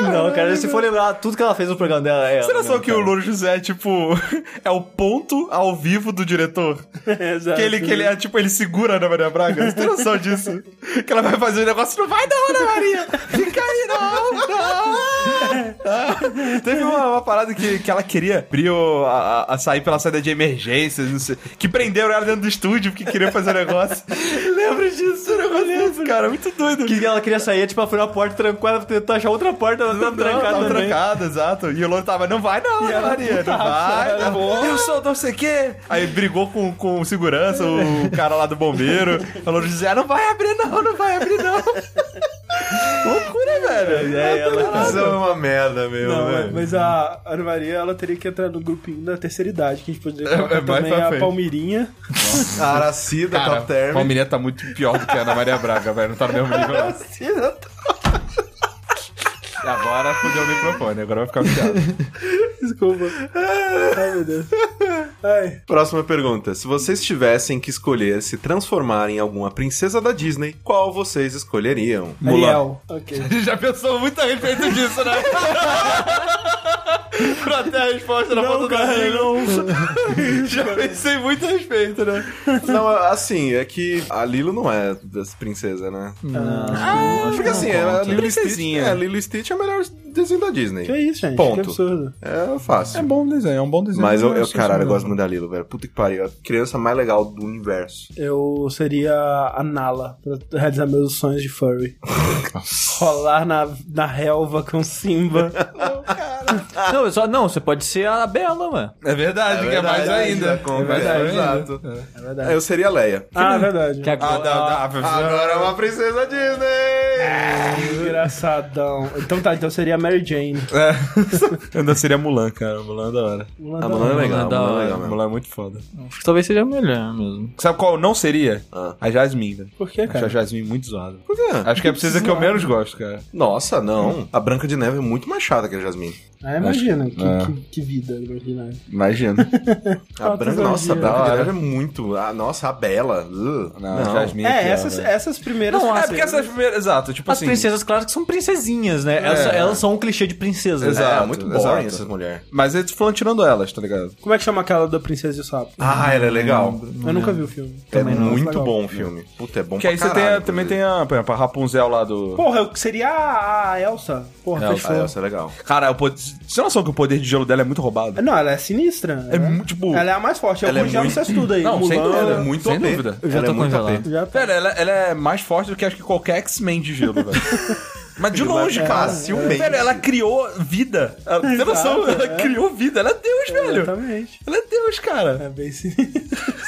D: Não, é cara, se for lembrar tudo que ela fez no programa dela, é ela.
C: Será só
D: mesmo,
C: que o
D: cara.
C: Louro José, tipo, é o ponto ao vivo do diretor?
B: Exato.
C: Que ele, que ele é, tipo, ele segura a Ana Maria Braga? Você tem noção disso? Que ela vai fazer o negócio, não vai não, Ana Maria! Fica aí, não! não. Ah, Teve uma, uma parada que, que ela queria abrir o- a, a- a sair pela saída de emergências, não sei. Que prenderam ela dentro do estúdio porque queria fazer o negócio. Lembro disso, eu lembro, cara, muito doido.
D: Que ela queria sair, tipo, ela foi na porta, trancou, ela tentou achar outra porta, ela tava tá trancada
C: tava
D: também.
C: trancada, exato. E o Lolo tava, não vai não, Ana Maria, não vai. não. Eu sou não sei o quê. Aí brigou com, com o segurança, o cara lá do bombeiro. Falou, José, não vai abrir não, não vai abrir não. Loucura, velho.
D: É, ela...
A: Isso é uma merda, né? meu,
C: é,
B: Não,
A: velho.
B: mas a Ana Maria, ela teria que entrar no grupinho da terceira idade, que a gente poderia colocar
C: é mais
B: também
C: pra
B: a
C: frente.
B: Palmeirinha.
A: A Aracida,
C: Cara,
A: Top Term.
C: Palmeirinha tá muito pior do que a Ana Maria Braga, velho. Não tá no mesmo nível, não. E Agora fudeu o microfone, agora vai ficar fiado.
B: Desculpa. Ai, meu Deus. Ai.
A: Próxima pergunta. Se vocês tivessem que escolher se transformar em alguma princesa da Disney, qual vocês escolheriam?
B: Ariel. Ok.
C: Já pensou muito a respeito disso, né? pra ter a resposta na ponta da língua. Já pensei muito a respeito, né?
A: Não, assim, é que a Lilo não é das princesas, né?
D: Não,
A: Porque assim, é, a
D: conta.
A: Lilo e Stitch,
C: Princesinha.
A: é, Lilo e Stitch é o melhor desenho da Disney.
B: Que isso, gente?
A: Ponto.
B: Que absurdo.
A: É fácil.
C: bom desenho, é um bom desenho.
A: Mas eu, eu,
C: é
A: caralho, eu gosto muito da Lilo, velho. Puta que pariu. É a criança mais legal do universo.
B: Eu seria a Nala pra realizar meus sonhos de furry. Rolar na, na relva com Simba.
D: Não, eu só, não, você pode ser a Bela, mano.
C: É verdade, que é mais
A: verdade,
C: ainda.
A: é com-
C: É mais
A: exato.
C: ainda. É.
B: É verdade.
A: É, Eu seria a Leia.
B: Ah, verdade.
D: Que agora...
C: Ah, dá, dá.
A: Agora é uma princesa Disney!
B: Engraçadão. Então tá, então seria a Mary Jane.
C: É. Eu ainda seria Mulan, cara. Mulan é da hora.
A: A
B: Ah,
A: Mulan é legal, a
D: da
A: Mulan é
D: hora.
A: legal mesmo.
C: Mulan é muito foda.
D: Acho que talvez seja melhor mesmo.
C: Sabe qual não seria?
A: Ah.
C: A Jasmine, velho.
B: Por que,
C: é Acho a
B: cara?
C: Jasmine muito zoada.
A: Por quê?
C: Acho que é a princesa que eu menos gosto, cara.
A: Nossa, não. A Branca de Neve é muito mais chata que a Jasmine.
B: Ah, imagina. Que,
C: é.
B: que, que vida, imagina.
A: Imagina. a
B: Ah,
A: Branca,
B: tu
A: nossa, a
B: sabia.
A: Branca de
C: Da
A: Neve é muito. Ah, nossa, a Bela. Uh,
C: Não,
A: não.
C: a
B: É,
C: Jasmine
B: assim.
C: pior,
B: essas,
C: velho.
B: essas primeiras.
C: Não, é porque
B: parceiras-
C: essas primeiras. Exato, tipo
D: As
C: assim.
D: princesas, claro, que são princesinhas, né? Elas, elas são um clichê de princesa. né?
A: É,
C: É. Exato,
A: muito
C: exato.
A: boring essas mulheres.
C: Mas eles foram tirando elas, tá ligado?
B: Como é que chama aquela da Princesa e o Sapo?
A: Ah, ela é legal.
B: Eu nunca vi o filme.
A: É
B: não, mas
A: muito
B: legal.
A: bom o filme. Puta, é bom
C: Porque
A: pra
C: aí você
A: caralho,
C: tem a- também tem a, por exemplo, a Rapunzel lá do.
B: Porra, eu seria a a Elsa. Porra,
A: inclusive. Ah,
B: fechou.
A: essa é legal.
C: Cara, o poder... você tem noção que o poder de gelo dela é muito roubado?
B: Não, ela é sinistra.
C: É
B: ela
C: muito, tipo-
B: Ela é a mais forte. Eu
A: Ela é
B: congelo
A: muito-
B: vocês tudo aí.
C: Não, sem
B: Mulan,
C: dúvida,
A: Ela é muito
C: Sem
A: OP.
C: dúvida.
D: Eu já
A: Ela
D: tô
A: é muito OP.
D: congelado.
B: Já tá.
C: Velho, ela, ela é mais forte do que acho que qualquer X-Men de gelo, velho. Mas de longe,
A: Mas
C: cara.
A: facilmente.
C: Velho, ela criou vida. Ela, tem noção?
B: Exato,
C: Ela
B: é.
C: criou vida. Ela é Deus, velho.
B: Exatamente.
C: Ela é Deus, cara.
B: É bem sinistra.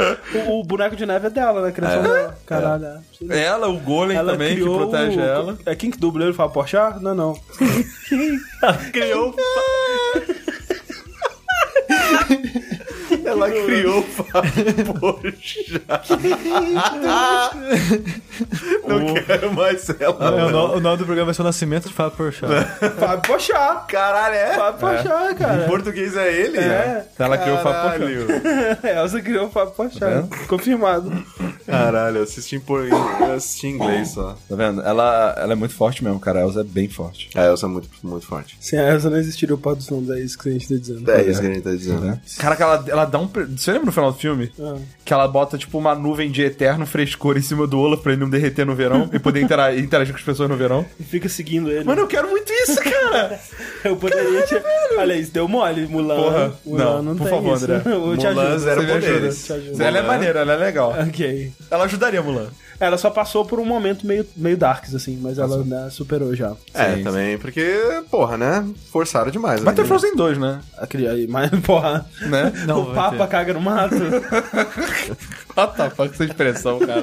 B: o, o boneco de neve é dela, né? A criação dela. Caralho. é.
C: Ela, o Golem também, que protege
B: o-
C: ela.
B: É quem que dublou ele fala Porchat? Não, não.
D: Criou.
A: Ela criou o Fábio Porchat. Não quero mais ela.
D: É,
A: não.
D: o, no- o nome do programa vai ser o Nascimento de Fábio Porchat.
B: Fábio Porchat.
A: Caralho, é?
B: Fábio Porchat,
A: Em
B: cara.
A: português é ele?
B: É.
C: Então Ela criou o Fábio Porchat.
A: Caralho.
B: Elsa criou é o Fábio Porchat. Confirmado.
A: Caralho, eu assisti em, por... eu assisti em inglês só.
C: Tá vendo? Ela, ela é muito forte mesmo, cara. A Elsa é bem forte.
A: A Elsa é muito, muito forte.
B: Sem a Elsa não existiria o Pó dos Fundos, é isso que a gente tá dizendo.
A: É isso que a gente tá dizendo.
C: Né? Caraca, ela, ela dá um. pre- Você lembra no final do filme?
B: Ah.
C: Que ela bota, tipo, uma nuvem de eterno frescor em cima do Olaf pra ele não derreter no verão e poder intera- interagir com as pessoas no verão?
B: E fica seguindo ele.
C: Mano, eu quero muito isso, cara!
B: eu poderia te... Olha, isso deu mole, Mulan.
C: Porra,
B: Mulan
C: não, por
B: tem
C: favor,
B: isso.
C: André.
B: Eu te
A: Mulan, zero
B: ajudo. Você me ajuda,
A: poderes.
B: te ajuda.
C: ela é
A: Mulan.
C: maneira, ela é legal.
B: Ok.
C: Ela ajudaria, Mulan.
B: Ela só passou por um momento meio, meio darks, assim, mas ela né, superou já.
A: É,
C: Sim,
A: também, porque, porra, né? Forçaram demais.
C: Vai ter
A: né?
C: Frozen 2, né?
B: Aquele aí, mas, porra,
C: Né?
D: Não,
B: o
D: vai
B: Papa
D: ter.
B: caga no mato.
C: Ah, tá, fuck essa expressão, cara.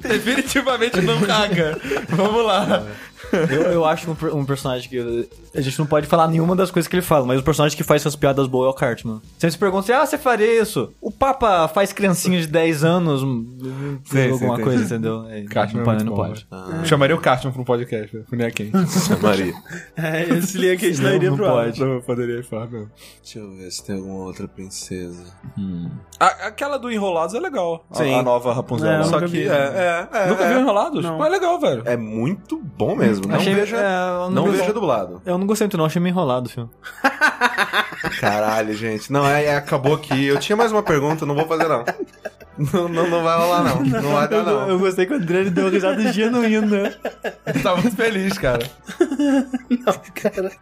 C: Definitivamente não caga. Vamos lá.
D: Eu, eu acho um, per- um personagem que. eu- A gente não pode falar nenhuma das coisas que ele fala, mas o personagem que faz essas piadas boas é o Cartman. Sempre se pergunta assim: ah, você faria isso? O Papa faz criancinha de 10 anos, hum,
C: Sim,
D: alguma
C: sim,
D: coisa,
C: sim.
D: entendeu? É, né?
C: Cartman
D: não
C: é
D: pode,
C: muito
D: não
C: bom,
D: pode.
C: Chamaria o Cartman pra um podcast, né? Não é quem.
A: Maria.
B: é, esse link a gente não iria
D: não
B: pro
D: pode.
B: ar.
C: Não, eu poderia falar mesmo.
A: Deixa eu ver se tem alguma outra princesa.
C: A- aquela do Enrolados é legal. A-
A: Sim.
C: A, nova Rapunzel.
B: É,
C: lá.
B: eu
A: Só
B: nunca
A: que é,
B: vi.
A: é, é,
C: Nunca
A: é.
C: viu Enrolados?
B: Não.
C: Pô, é legal, velho.
A: É muito bom mesmo. Não
D: Achei-
A: veja,
D: é, eu
A: não
D: não vejo-
A: veja dublado.
D: Eu não gostei muito, não, achei meio enrolado o filme.
A: Caralho, gente. Não, é, é, acabou aqui. Eu tinha mais uma pergunta, não vou fazer não. Não, não, não vai rolar não. Não vai dar não.
D: gostei que o André deu uma risada genuína.
C: Tá muito feliz, cara.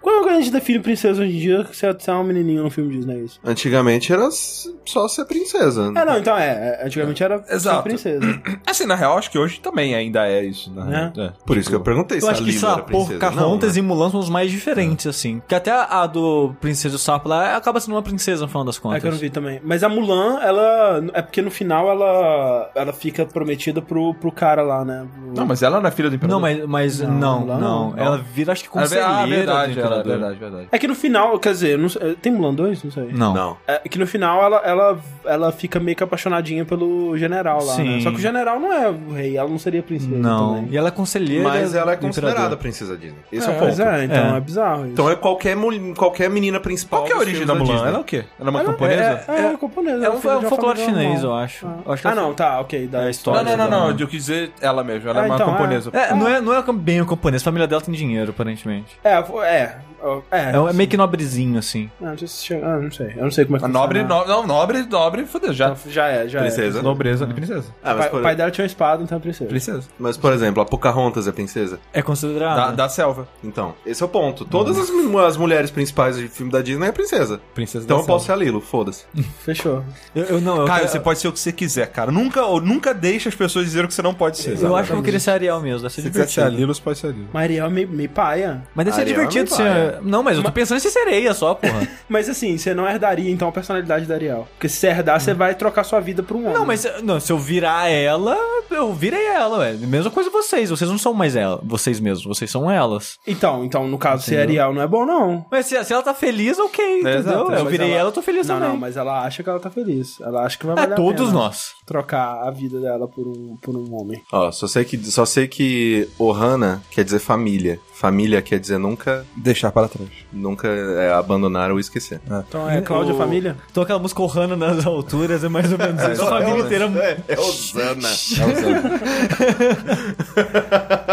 B: Qual é quando a gente define princesa hoje em dia se é se é uma menininha no filme Disney? Isso?
A: Antigamente era s- só ser princesa.
B: É, não, então é. é, Antigamente era só
C: Exato.
B: princesa. né?
C: Assim, na real, acho que hoje também ainda é isso, né?
D: Então,
C: É.
A: Por isso que eu perguntei
D: Eu
A: se
D: acho
A: a
D: que,
A: Lilo
D: sei lá,
A: era princesa.
D: Pocahontas
A: não, né?
D: e Mulan são os mais diferentes, assim. Que até a, a do Princesa e o Sapo lá acaba sendo uma princesa, no final das
B: É
D: contas.
B: que eu não vi também. Mas a Mulan, ela. É porque no final final ela, ela fica prometida pro, pro cara lá, né? O-
C: Não, mas ela não é filha do imperador.
D: Não, mas, mas
B: Não,
D: não, não,
B: lá não.
D: Ela vira, acho que,
C: Ela é-
D: conselheira
C: ah,
D: do
C: verdade, ela,
D: imperador.
C: verdade, verdade.
B: É que no final, quer dizer, não sei- tem Mulan 2? Não sei.
D: Não.
A: Não.
B: É que no final ela, ela, ela fica meio que apaixonadinha pelo general lá, né?
D: Sim.
B: Só que o general não é o rei, ela não seria a princesa
D: Não.
B: também.
D: E ela é conselheira.
A: Mas ela é
D: do
A: considerada
D: imperador.
A: princesa Disney. Esse é, o
B: Pois
A: ponto.
B: é, então é,
D: É.
B: bizarro isso.
A: Então é qualquer, mul- qualquer menina principal.
C: Qual que é a
A: dos
C: origem
A: filmes
C: da Mulan?
A: Disney.
C: Ela é o quê? Ela é uma
B: Ela-
C: camponesa?
B: É, é, é camponesa.
D: É um-
B: filha
D: é um
B: de uma
D: folclore
B: família normal.
D: chinês, eu acho. Eu acho que
B: ah,
D: ela-
B: não, tá, ok. Da
D: É a
B: história.
D: história
C: não, não,
D: dela.
C: não, não. Eu quis dizer ela mesmo. Ela
B: Ah,
C: é uma
B: então,
C: camponesa.
D: É, não é, não é bem o camponês. A família dela tem dinheiro, aparentemente.
B: É, é, é.
D: É, um- é meio que nobrezinho, assim.
B: Não, deixa eu chegar- ah, não sei. Eu não sei como é que
C: A
B: funciona.
C: nobre, no, não, nobre, nobre, fudeu, já.
B: Já é, já é.
A: Princesa.
C: Nobreza, princesa. Uhum.
A: Ah, mas,
B: Pai-
A: por...
B: O pai dela tinha uma espada, então é princesa.
C: Princesa.
A: mas, por exemplo, a Pocahontas é princesa?
D: É
C: Da,
B: Ah, tá.
D: considerada.
C: da selva.
A: Então, esse é o ponto. Todas as, mu- as mulheres principais de filme da Disney é princesa.
C: Princesa
A: Então
C: da
A: eu
C: selva.
A: posso ser a Lilo, foda-se.
B: Fechou.
D: Eu, eu não, eu,
C: Cara,
D: eu-
C: você pode ser o que você quiser, cara. Nunca, ou nunca deixa as pessoas dizerem o que você não pode ser.
D: eu acho que eu queria ser Ariel mesmo. Deve ser
C: Se você quiser ser
D: divertido.
C: a Lilo, você pode ser a Lilo.
B: Mas Ariel é meio, meio paia.
D: Mas deve ser
A: Ariel
D: divertido
A: não
D: ser.
A: vai,
D: Não, mas eu tô pensando em ser sereia só, porra.
B: Mas assim, você não herdaria então a personalidade da Ariel. Porque se você herdar, você vai trocar sua vida pra um homem.
D: não, mas se- não, se eu virar ela, eu virei ela, ué. Mesma coisa vocês. Vocês não são mais ela, vocês mesmos, vocês são elas.
B: Então, então no caso, ser Ariel não é bom, não.
D: Mas se, se ela tá feliz, ok, entendeu?
C: exato,
D: eu
C: mas
D: virei
C: ela-
D: ela, eu tô feliz
B: Não,
D: também.
B: não, mas ela acha que ela tá feliz. Ela acha que vai
D: É,
B: valer a
D: todos
B: pena
D: nós.
B: trocar a vida dela por um, por um homem.
A: Ó, só sei que, só sei que Ohana quer dizer família. Família quer dizer nunca,
C: Deixar para trás.
A: nunca é, abandonar ou esquecer.
B: Então é Cláudia
D: O-
B: Família?
D: Então aquela música Ohana nas alturas, é mais ou menos isso. a família inteira.
A: É Osana.
C: É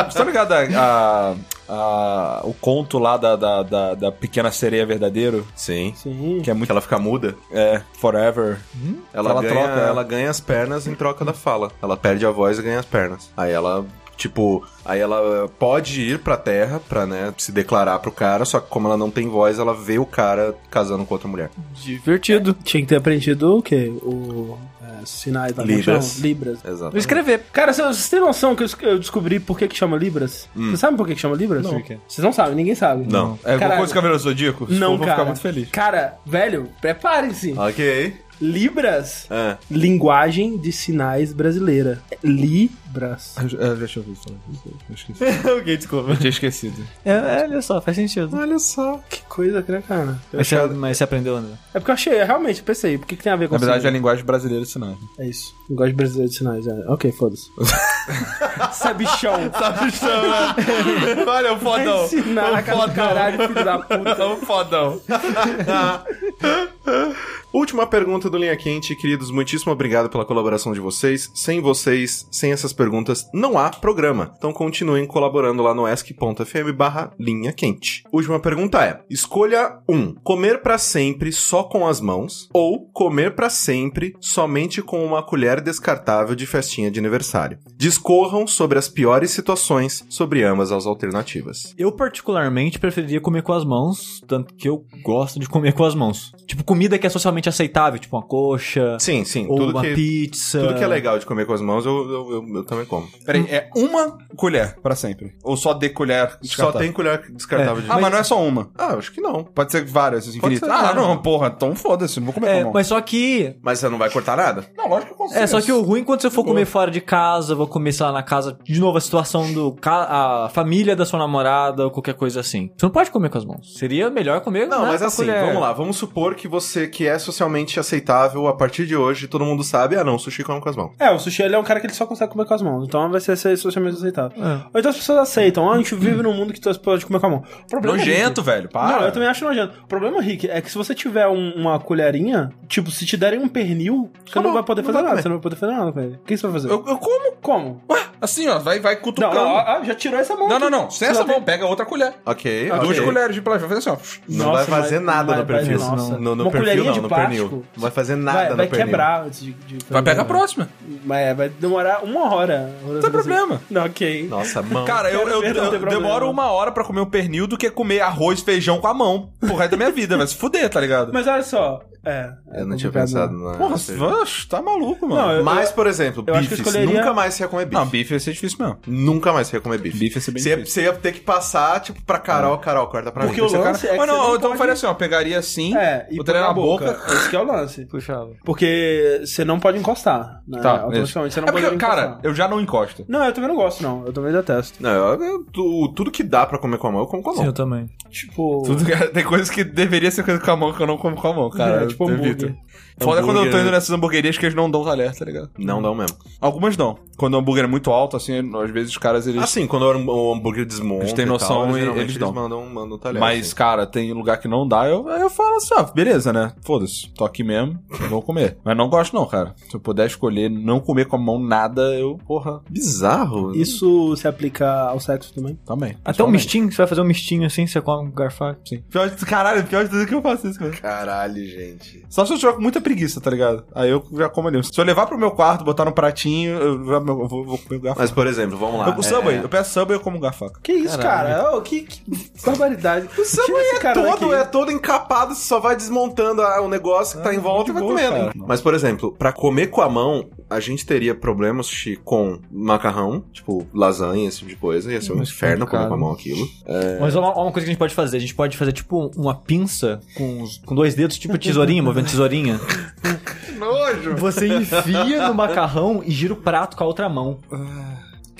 C: Você tá ligado a, a- a- o conto lá da, da, da, da pequena sereia verdadeiro?
A: Sim.
B: Sim.
C: Que é
A: Que
C: muito.
A: ela fica muda.
C: É, Forever.
A: Ela,
C: Ela
A: ganha,
C: troca, né?
A: ela ganha as pernas em troca da fala. Ela perde a voz e ganha as pernas. Aí ela, tipo, aí ela pode ir pra terra pra, né, se declarar pro cara, só que como ela não tem voz, ela vê o cara casando com outra mulher.
D: Divertido.
B: Tinha que ter aprendido o quê? O. É, sinais da
A: Libras.
B: como chama?
D: É.
B: Libras.
A: Exato.
D: Vou escrever.
B: Cara, você- vocês têm noção que eu es- eu descobri por que, que chama Libras? Vocês sabem por que, que chama Libras?
D: Não. Por quê?
B: Vocês não sabem, ninguém sabe.
A: Não.
C: Hum. É alguma
B: Caralho.
C: coisa do Cavaleiro Zodíaco? Se
B: Não,
C: for,
B: cara.
C: Vou ficar muito feliz.
B: Cara, velho, preparem-se.
A: Ok.
B: Libras,
A: Ah,
B: linguagem de sinais brasileira. Libras.
C: É, Eu já tinha ouvido falar disso. Eu esqueci.
D: ok, desculpa.
C: tinha esquecido.
D: É, é, olha só, faz sentido.
A: olha só.
B: Que coisa, né, cara?
D: Mas você, mas você aprendeu, né?
B: É porque eu achei, eu realmente, pensei, por que, que tem a ver com
C: Na verdade, é a
B: sinais?
C: linguagem brasileira de sinais.
B: é... isso. Linguagem brasileira de sinais, é. Ok, foda-se. Sabichão.
C: Sabe, chama. Olha, o né? fodão.
B: Vai ensinar na
C: O
B: cara do caralho,
C: fodão.
B: filho da puta.
C: O fodão.
A: Última pergunta do Linha Quente, queridos, muitíssimo obrigado pela colaboração de vocês. Sem vocês, sem essas perguntas, não há programa. Então continuem colaborando lá no ask.fm barra linha quente. Última pergunta é, escolha um, comer pra sempre só com as mãos ou comer pra sempre somente com uma colher descartável de festinha de aniversário. Discorram sobre as piores situações sobre ambas as alternativas.
D: Eu particularmente preferiria comer com as mãos, tanto que eu gosto de comer com as mãos. Tipo, comida que é socialmente aceitável, tipo uma coxa,
A: Sim, sim,
D: ou
A: tudo
D: uma
A: que...
D: pizza.
A: Tudo que é legal de comer com as mãos, eu- eu- eu- eu também como.
C: Peraí, é uma colher pra sempre? Ou só de colher?
A: Só
C: descartável?
A: tem colher descartável de
C: Ah, mas não é só uma.
A: Ah, acho que não.
C: Pode ser várias, assim,
A: Pode
C: infinitas.
A: ser
C: Ah,
A: várias.
C: não, porra, então foda-se, não vou comer
D: É,
C: com a mão.
D: mas só que.
A: Mas você não vai cortar nada?
C: Não, lógico que eu consigo.
D: É, só que o ruim quando você for comer fora de casa, vou comer, sei lá, na casa, de novo, a situação do. ca- A família da sua namorada ou qualquer coisa assim. Você não pode comer com as mãos. Seria melhor comer
A: Não,
B: é
D: né,
A: mas
D: com a
A: assim,
D: colher.
A: vamos lá. Vamos supor que você, que é socialmente aceitável, a partir de hoje, todo mundo sabe, ah não, sushi come com as mãos.
B: É, o sushi ele é um cara que ele só consegue comer com as mãos. Então vai ser ser socialmente aceitável.
D: É.
B: Ou então as pessoas aceitam. Ah, a gente vive num mundo que as pessoas podem comer com a mão. O problema é,
C: Nojento, velho, para.
B: Não, eu também acho nojento. O problema, Rick, é que se você tiver um- uma colherinha, tipo, se te derem um pernil, você
A: Acabou,
B: não vai poder
A: não
B: fazer
A: vai
B: nada.
A: comer.
B: Você não vai poder fazer nada com ele. O que você vai fazer?
C: Eu, eu como,
B: Como?
C: assim, ó, vai, vai
B: Não,
C: cutucando.
B: não,
C: Não,
B: ó, ó, já tirou essa mão.
C: não, não,
B: aqui.
C: Sem essa
B: Você já
C: mão, pega outra colher.
A: Ok.
C: Duas
A: ok.
C: colheres de plástico, vai fazer assim, ó.
A: Não
B: Nossa,
A: vai fazer
B: mas-
A: nada
B: vai-
A: no perfil.
B: vai- nossa.
A: não, no, no
B: Uma
A: perfil
B: colherinha
A: não,
B: de
A: no
B: plástico?
A: pernil. Não vai fazer nada
B: Vai,
A: no
B: vai
A: pernil.
B: quebrar antes de, de fazer.
C: Vai pegar a próxima.
B: Mas é, vai demorar uma hora.
C: Não tem problema.
B: Não, ok.
A: Nossa, mão.
C: Cara, eu,
B: Quero
C: eu,
B: ver, não
C: eu
B: tem problema.
C: demoro uma hora um pra comer o pernil do que comer arroz e feijão com a mão. Pro resto da minha vida, vai se fuder, tá ligado?
B: Mas olha só, É.
A: Eu não tinha
B: complicado,
A: pensado
B: não.
A: na.
C: Porra,
A: cerveja.
C: você tá maluco,
B: Não,
C: mano.
B: eu-
A: Mas, por exemplo,
B: eu acho que
A: bifes.
B: escolheria-
A: Nunca mais você ia comer bife.
C: Não, bife ia ser difícil mesmo.
A: Nunca mais você ia comer bife.
C: Bife ia ser bem
A: você, ia,
C: difícil.
A: você ia ter que passar, tipo, pra Carol, Carol, corta pra
B: É. Porque
A: mim.
B: o
A: Você-
B: lance é que
C: Mas
B: você
C: não,
B: não
C: então
B: pode-
C: eu faria assim, ó, pegaria assim,
B: É, e
C: botaria na boca.
B: Esse que é o lance.
D: Puxava.
B: Porque você não pode encostar, né?
C: Tá,
B: Automaticamente, você não
C: é
B: pode
C: porque,
B: encostar.
C: cara, eu já não encosto.
B: Não, eu também não gosto, não. Eu também detesto.
A: Não, eu- eu- tu- tudo que dá pra comer com a mão, eu como com a
D: Sim,
A: mão.
D: eu também.
B: Tipo...
C: Tudo, cara, tem coisas que deveria ser coisa com a mão que eu não como com a mão, cara.
B: É, tipo
C: eu
B: hambúrguer.
C: evito. Foda é quando eu tô
A: Hambúrguer.
C: indo nessas hamburguerias que eles não dão talher, tá ligado?
A: Não dão mesmo.
C: Algumas não. Quando o hambúrguer é muito alto, assim, às vezes os caras eles.
A: Assim, quando o hambúrguer desmonta.
C: Eles têm
A: e tal,
C: noção e
A: geralmente
C: eles dão.
A: mandam, mandam um talher.
C: mas,
A: assim.
C: cara, tem lugar que não dá, eu, eu falo assim, ó, beleza, né? Foda-se, tô aqui mesmo, vou comer. Mas não gosto, não, cara. Se eu puder escolher não comer com a mão nada, eu, porra,
A: Bizarro.
B: Isso se aplica ao sexo também?
C: também.
D: Até um
C: Também.
D: mistinho, você vai fazer um mistinho assim, você come com garfaco. Sim.
C: Pior de, caralho, pior de tudo é que eu faço isso, cara.
A: Caralho, gente.
C: Só se eu tiver com muita preguiça, tá ligado? Aí eu já como ali. Se eu levar pro meu quarto, botar no pratinho, eu, já- eu vou, vou comer o garfo.
A: Mas, por exemplo, vamos lá. É,
C: Eu- o Subway, eu peço Subway e eu como garfaca.
B: Que isso,
D: Caralho.
B: cara? Ô, que, que barbaridade. O Samuel
A: É todo, é todo encapado, você só vai desmontando ah, o negócio que tá em volta e vai
C: muito bom,
A: comendo.
C: cara.
A: Mas, por exemplo, pra comer com a mão, a gente teria problemas Chi, com macarrão, tipo lasanha, esse tipo de coisa. Ia ser um
D: Mas
A: inferno comer
D: complicado.
A: com a mão aquilo.
D: Mas uma, uma coisa que a gente pode fazer, a gente pode fazer tipo uma pinça com, os- com dois dedos, tipo tesourinha, movendo tesourinha.
A: Nojo!
D: Você enfia no macarrão e gira o prato com a outra mão.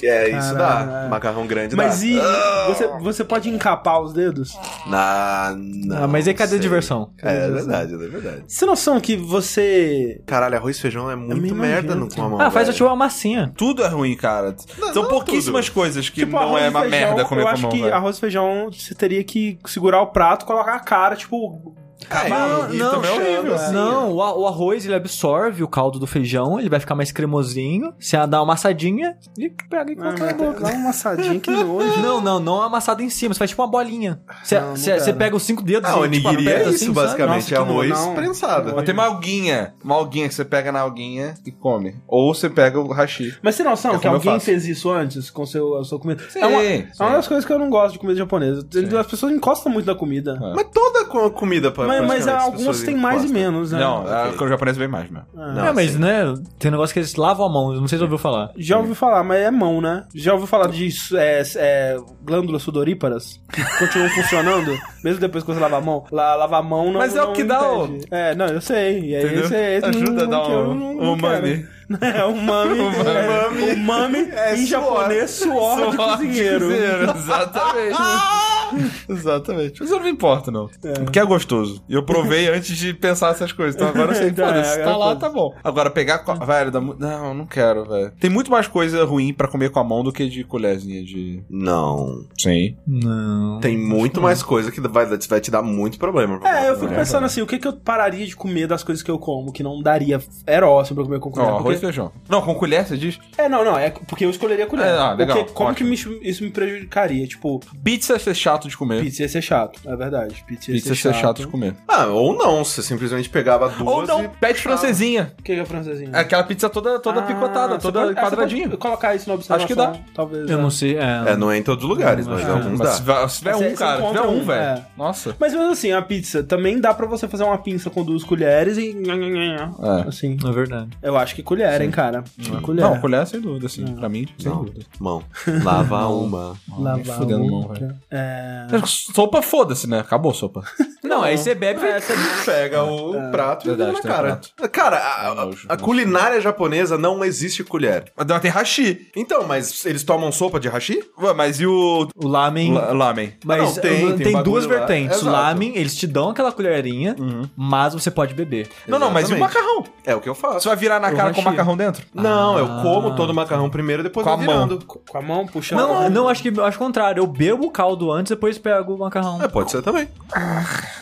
A: É, isso dá.
B: Caralho.
A: Macarrão grande
B: Mas
A: dá.
B: e você, você pode encapar os dedos?
A: Na, não,
D: Ah, mas aí cadê
A: sei.
D: a diversão?
A: É, é verdade, é verdade.
B: Você tem noção que você...
A: Caralho, arroz e feijão é muito
B: meio
A: merda no,
B: nojento.
A: com a mão.
D: Ah, faz
A: velho.
D: tipo uma massinha.
C: Tudo é ruim, cara. São
A: não
C: pouquíssimas coisas que não é
B: tipo, arroz e
C: uma
B: feijão,
C: merda comer
B: Eu
C: com a
B: acho
C: mão,
B: que
C: velho.
B: arroz e feijão você teria que segurar o prato, colocar a cara, tipo...
A: Ah,
C: Não,
A: e- e
C: não,
A: também é horrível,
B: chama,
A: assim.
D: Não, o, a- o arroz ele absorve o caldo do feijão, ele vai ficar mais cremosinho. Você dá uma amassadinha e pega e
B: Ah,
D: coloca na
B: mas
D: boca.
B: dá uma massadinha, que nojo.
D: Não, não, não amassado em cima, você faz tipo uma bolinha. Você,
B: Não, não
D: você-
B: quero.
D: você pega os cinco dedos
A: Ah, o
D: e tipo,
A: onigiri é
D: aperta
A: isso,
D: assim, sabe?
A: basicamente.
B: Nossa, que
A: arroz
B: não-
A: prensado.
B: não-
C: Mas tem uma alguinha. Uma alguinha que você pega na alguinha e come. Ou você pega o hashi.
B: Mas você tem
C: É
B: noção que
C: como eu
B: alguém
C: faço.
B: fez isso antes com seu, a sua comida?
C: Sim,
B: é, uma,
C: sim.
B: é uma das coisas que eu não gosto de comida japonesa. As pessoas encostam muito na comida.
C: É.
A: Mas toda co- comida pra
B: Mas, mas
A: praticamente, as
B: algumas
A: pessoas
B: tem mais e
A: encostam.
B: menos, né?
C: Não, a
A: ok.
C: coisa japonesa é bem mais, mano.
B: Ah.
A: Não,
D: é, mas
A: sim.
D: né, tem um negócio que eles lavam a mão, eu não sei se ouviu falar.
B: Já ouvi falar, mas é mão, né? Já ouviu falar de é, é, glândulas sudoríparas que continuam funcionando, mesmo depois que você lava a mão? La, lavar a mão não
C: Mas é o
B: não
C: que dá o-
B: impede. É, não, eu sei. E aí
C: Entendeu?
B: esse é esse
C: Ajuda a dar
B: que eu
C: um-
B: não-
C: um
B: não quero.
C: umami.
B: É, um mami.
C: Umami.
B: é, umami em japonês, suor, de cozinheiro.
C: Exatamente. Exatamente. Mas eu não me importo, não. Porque é gostoso. E eu provei antes de pensar essas coisas. Então agora eu sei,
B: Tá,
C: foda-se.
B: agora
C: tá lá,
B: foda-se. É.
C: tá bom. Agora pegar com a... Velho, dá mu- não, não quero, velho. Tem muito mais coisa ruim pra comer com a mão do que de colherzinha de...
A: Não.
C: Sim.
D: Não.
A: Tem muito mais coisa que vai, vai te dar muito problema. pra né?
B: É, eu
A: comer.
B: fico pensando assim, o que, que eu pararia de comer das coisas que eu como, que não daria erócio pra eu comer com
C: Ó,
B: colher? porque-
C: arroz e feijão. Não, com colher, você diz?
B: É, não, não, é porque eu escolheria a colher.
C: É, ah, legal,
B: porque como
C: ótimo.
B: que me- isso me prejudicaria? Tipo,
C: Pizza é chato de comer.
B: pizza ia ser chato, é verdade. Pizza ia
C: Pizza é
B: ser
C: chato.
B: chato.
C: de comer.
A: Ah, ou não, você simplesmente pegava duas
C: Ou
A: e...
C: não, pede francesinha.
B: O que que é francesinha?
C: É Aquela pizza toda, toda
B: Ah,
C: picotada,
B: você
C: toda
B: pode- ah, você
C: quadradinha.
B: pode colocar isso na observação.
C: Acho que dá.
B: Talvez.
D: Eu
B: é.
D: não sei, é.
A: É, não é em todos os lugares,
D: Não,
A: mas
D: mas-
A: em alguns
C: Mas se
A: dá.
C: tiver, se tiver
B: Mas
C: um,
B: você- você
C: cara, se tiver
B: encontra
C: um,
B: um,
C: velho.
B: é.
C: Nossa.
B: Mas mesmo assim, a pizza também dá pra você fazer uma pinça com duas colheres e.
C: É.
B: Assim.
D: É verdade.
B: Eu acho que colher, hein, cara. Colher.
C: Não, colher sem dúvida, assim. Pra mim, sem
A: Não.
C: dúvida.
A: Mão. Lava uma.
C: Nem fudendo mão, velho.
B: É.
C: Sopa, foda-se, né? Acabou a sopa.
D: Não, aí você bebe
A: É, você pega o Um prato
C: verdade,
A: e vira
C: tem um
A: na cara. Cara, a, a-
C: Nojo,
A: a
C: nojo.
A: culinária japonesa não existe colher.
C: Mas tem hashi.
A: Então, mas eles tomam sopa de hashi?
C: Ué, mas e o
D: o lamen.
C: la- lamen?
D: Mas
A: Não, tem-
D: tem, um
A: tem
D: tem,
A: bagulho
D: duas
A: lá.
D: vertentes. O
A: Exato.
D: lamen, eles te dão aquela colherinha, mas você pode beber.
C: Não, não, mas e o
A: Exatamente.
C: macarrão?
A: É o que eu
C: Você
A: faço.
C: vai virar na
D: O
C: cara com o
D: hashi.
C: macarrão dentro?
A: Não, eu como todo o macarrão primeiro e depois
C: Com
A: vou
C: a mão.
A: virando.
B: Com a mão puxando.
D: Não, não, acho que acho o contrário. Eu bebo o caldo antes, depois pego o macarrão.
A: É, pode ser também.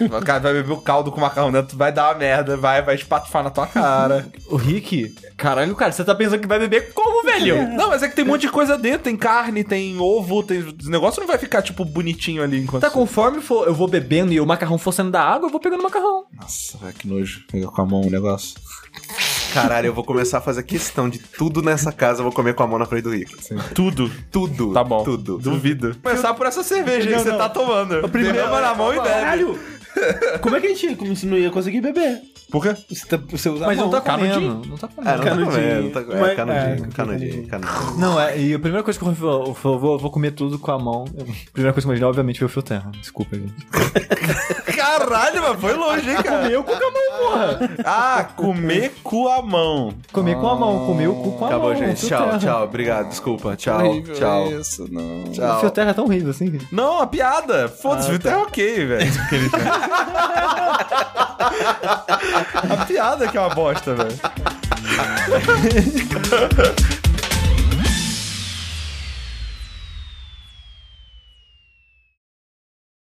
C: O cara vai beber o caldo com o macarrão dentro, vai dar uma merda, vai, vai espatifar na tua cara.
D: O Rick, caralho, cara, você tá pensando que vai beber como, velho?
C: Não, mas é que tem um monte de coisa dentro. Tem carne, tem ovo, tem... O negócio não vai ficar, tipo, bonitinho ali enquanto...
D: Tá, conforme for, eu vou bebendo e o macarrão for saindo da água, eu vou pegando o macarrão.
C: Nossa, velho, que nojo. Pegar com a mão o negócio.
A: Caralho, eu vou começar a fazer questão de tudo nessa casa, eu vou comer com a mão na frente do Rick.
C: Tudo.
A: Tudo.
C: Tá bom.
A: Tudo.
C: Duvido. Começar por essa cerveja aí
B: Não,
C: que você
B: não.
C: tá tomando. Primeiro na mão e bebe.
B: Caralho! Como é que a gente como se não ia conseguir beber?
C: Por quê?
B: Você, tá, você usa
D: Mas
B: a
D: não
B: mão.
D: tá
C: canudinho.
D: comendo. Não
A: É,
D: tá comendo.
A: não
B: Canudinho.
A: tá comendo. Tá, é,
B: Mas-
A: canudinho,
B: é,
A: canudinho, canudinho.
D: Não, é, e a primeira coisa que eu vou, eu vou, eu vou comer tudo com a mão. A primeira coisa que eu imaginei, obviamente, foi o fio terra. Desculpa, gente.
C: Caralho, mas foi longe, hein, cara?
D: Comeu com a mão, porra!
C: Ah, comer com a mão.
D: Comi com a mão, comi o cu com a mão.
A: Acabou, gente.
D: fio
A: Tchau,
D: terra.
A: tchau. Obrigado. Desculpa. Tchau,
C: Horrível
A: tchau.
C: Isso, não.
D: O fio
A: Tchau.
D: terra é tão horrível assim. gente.
C: Não, a piada. Foda-se, o Vitor é ok, velho. a piada que é uma bosta, velho.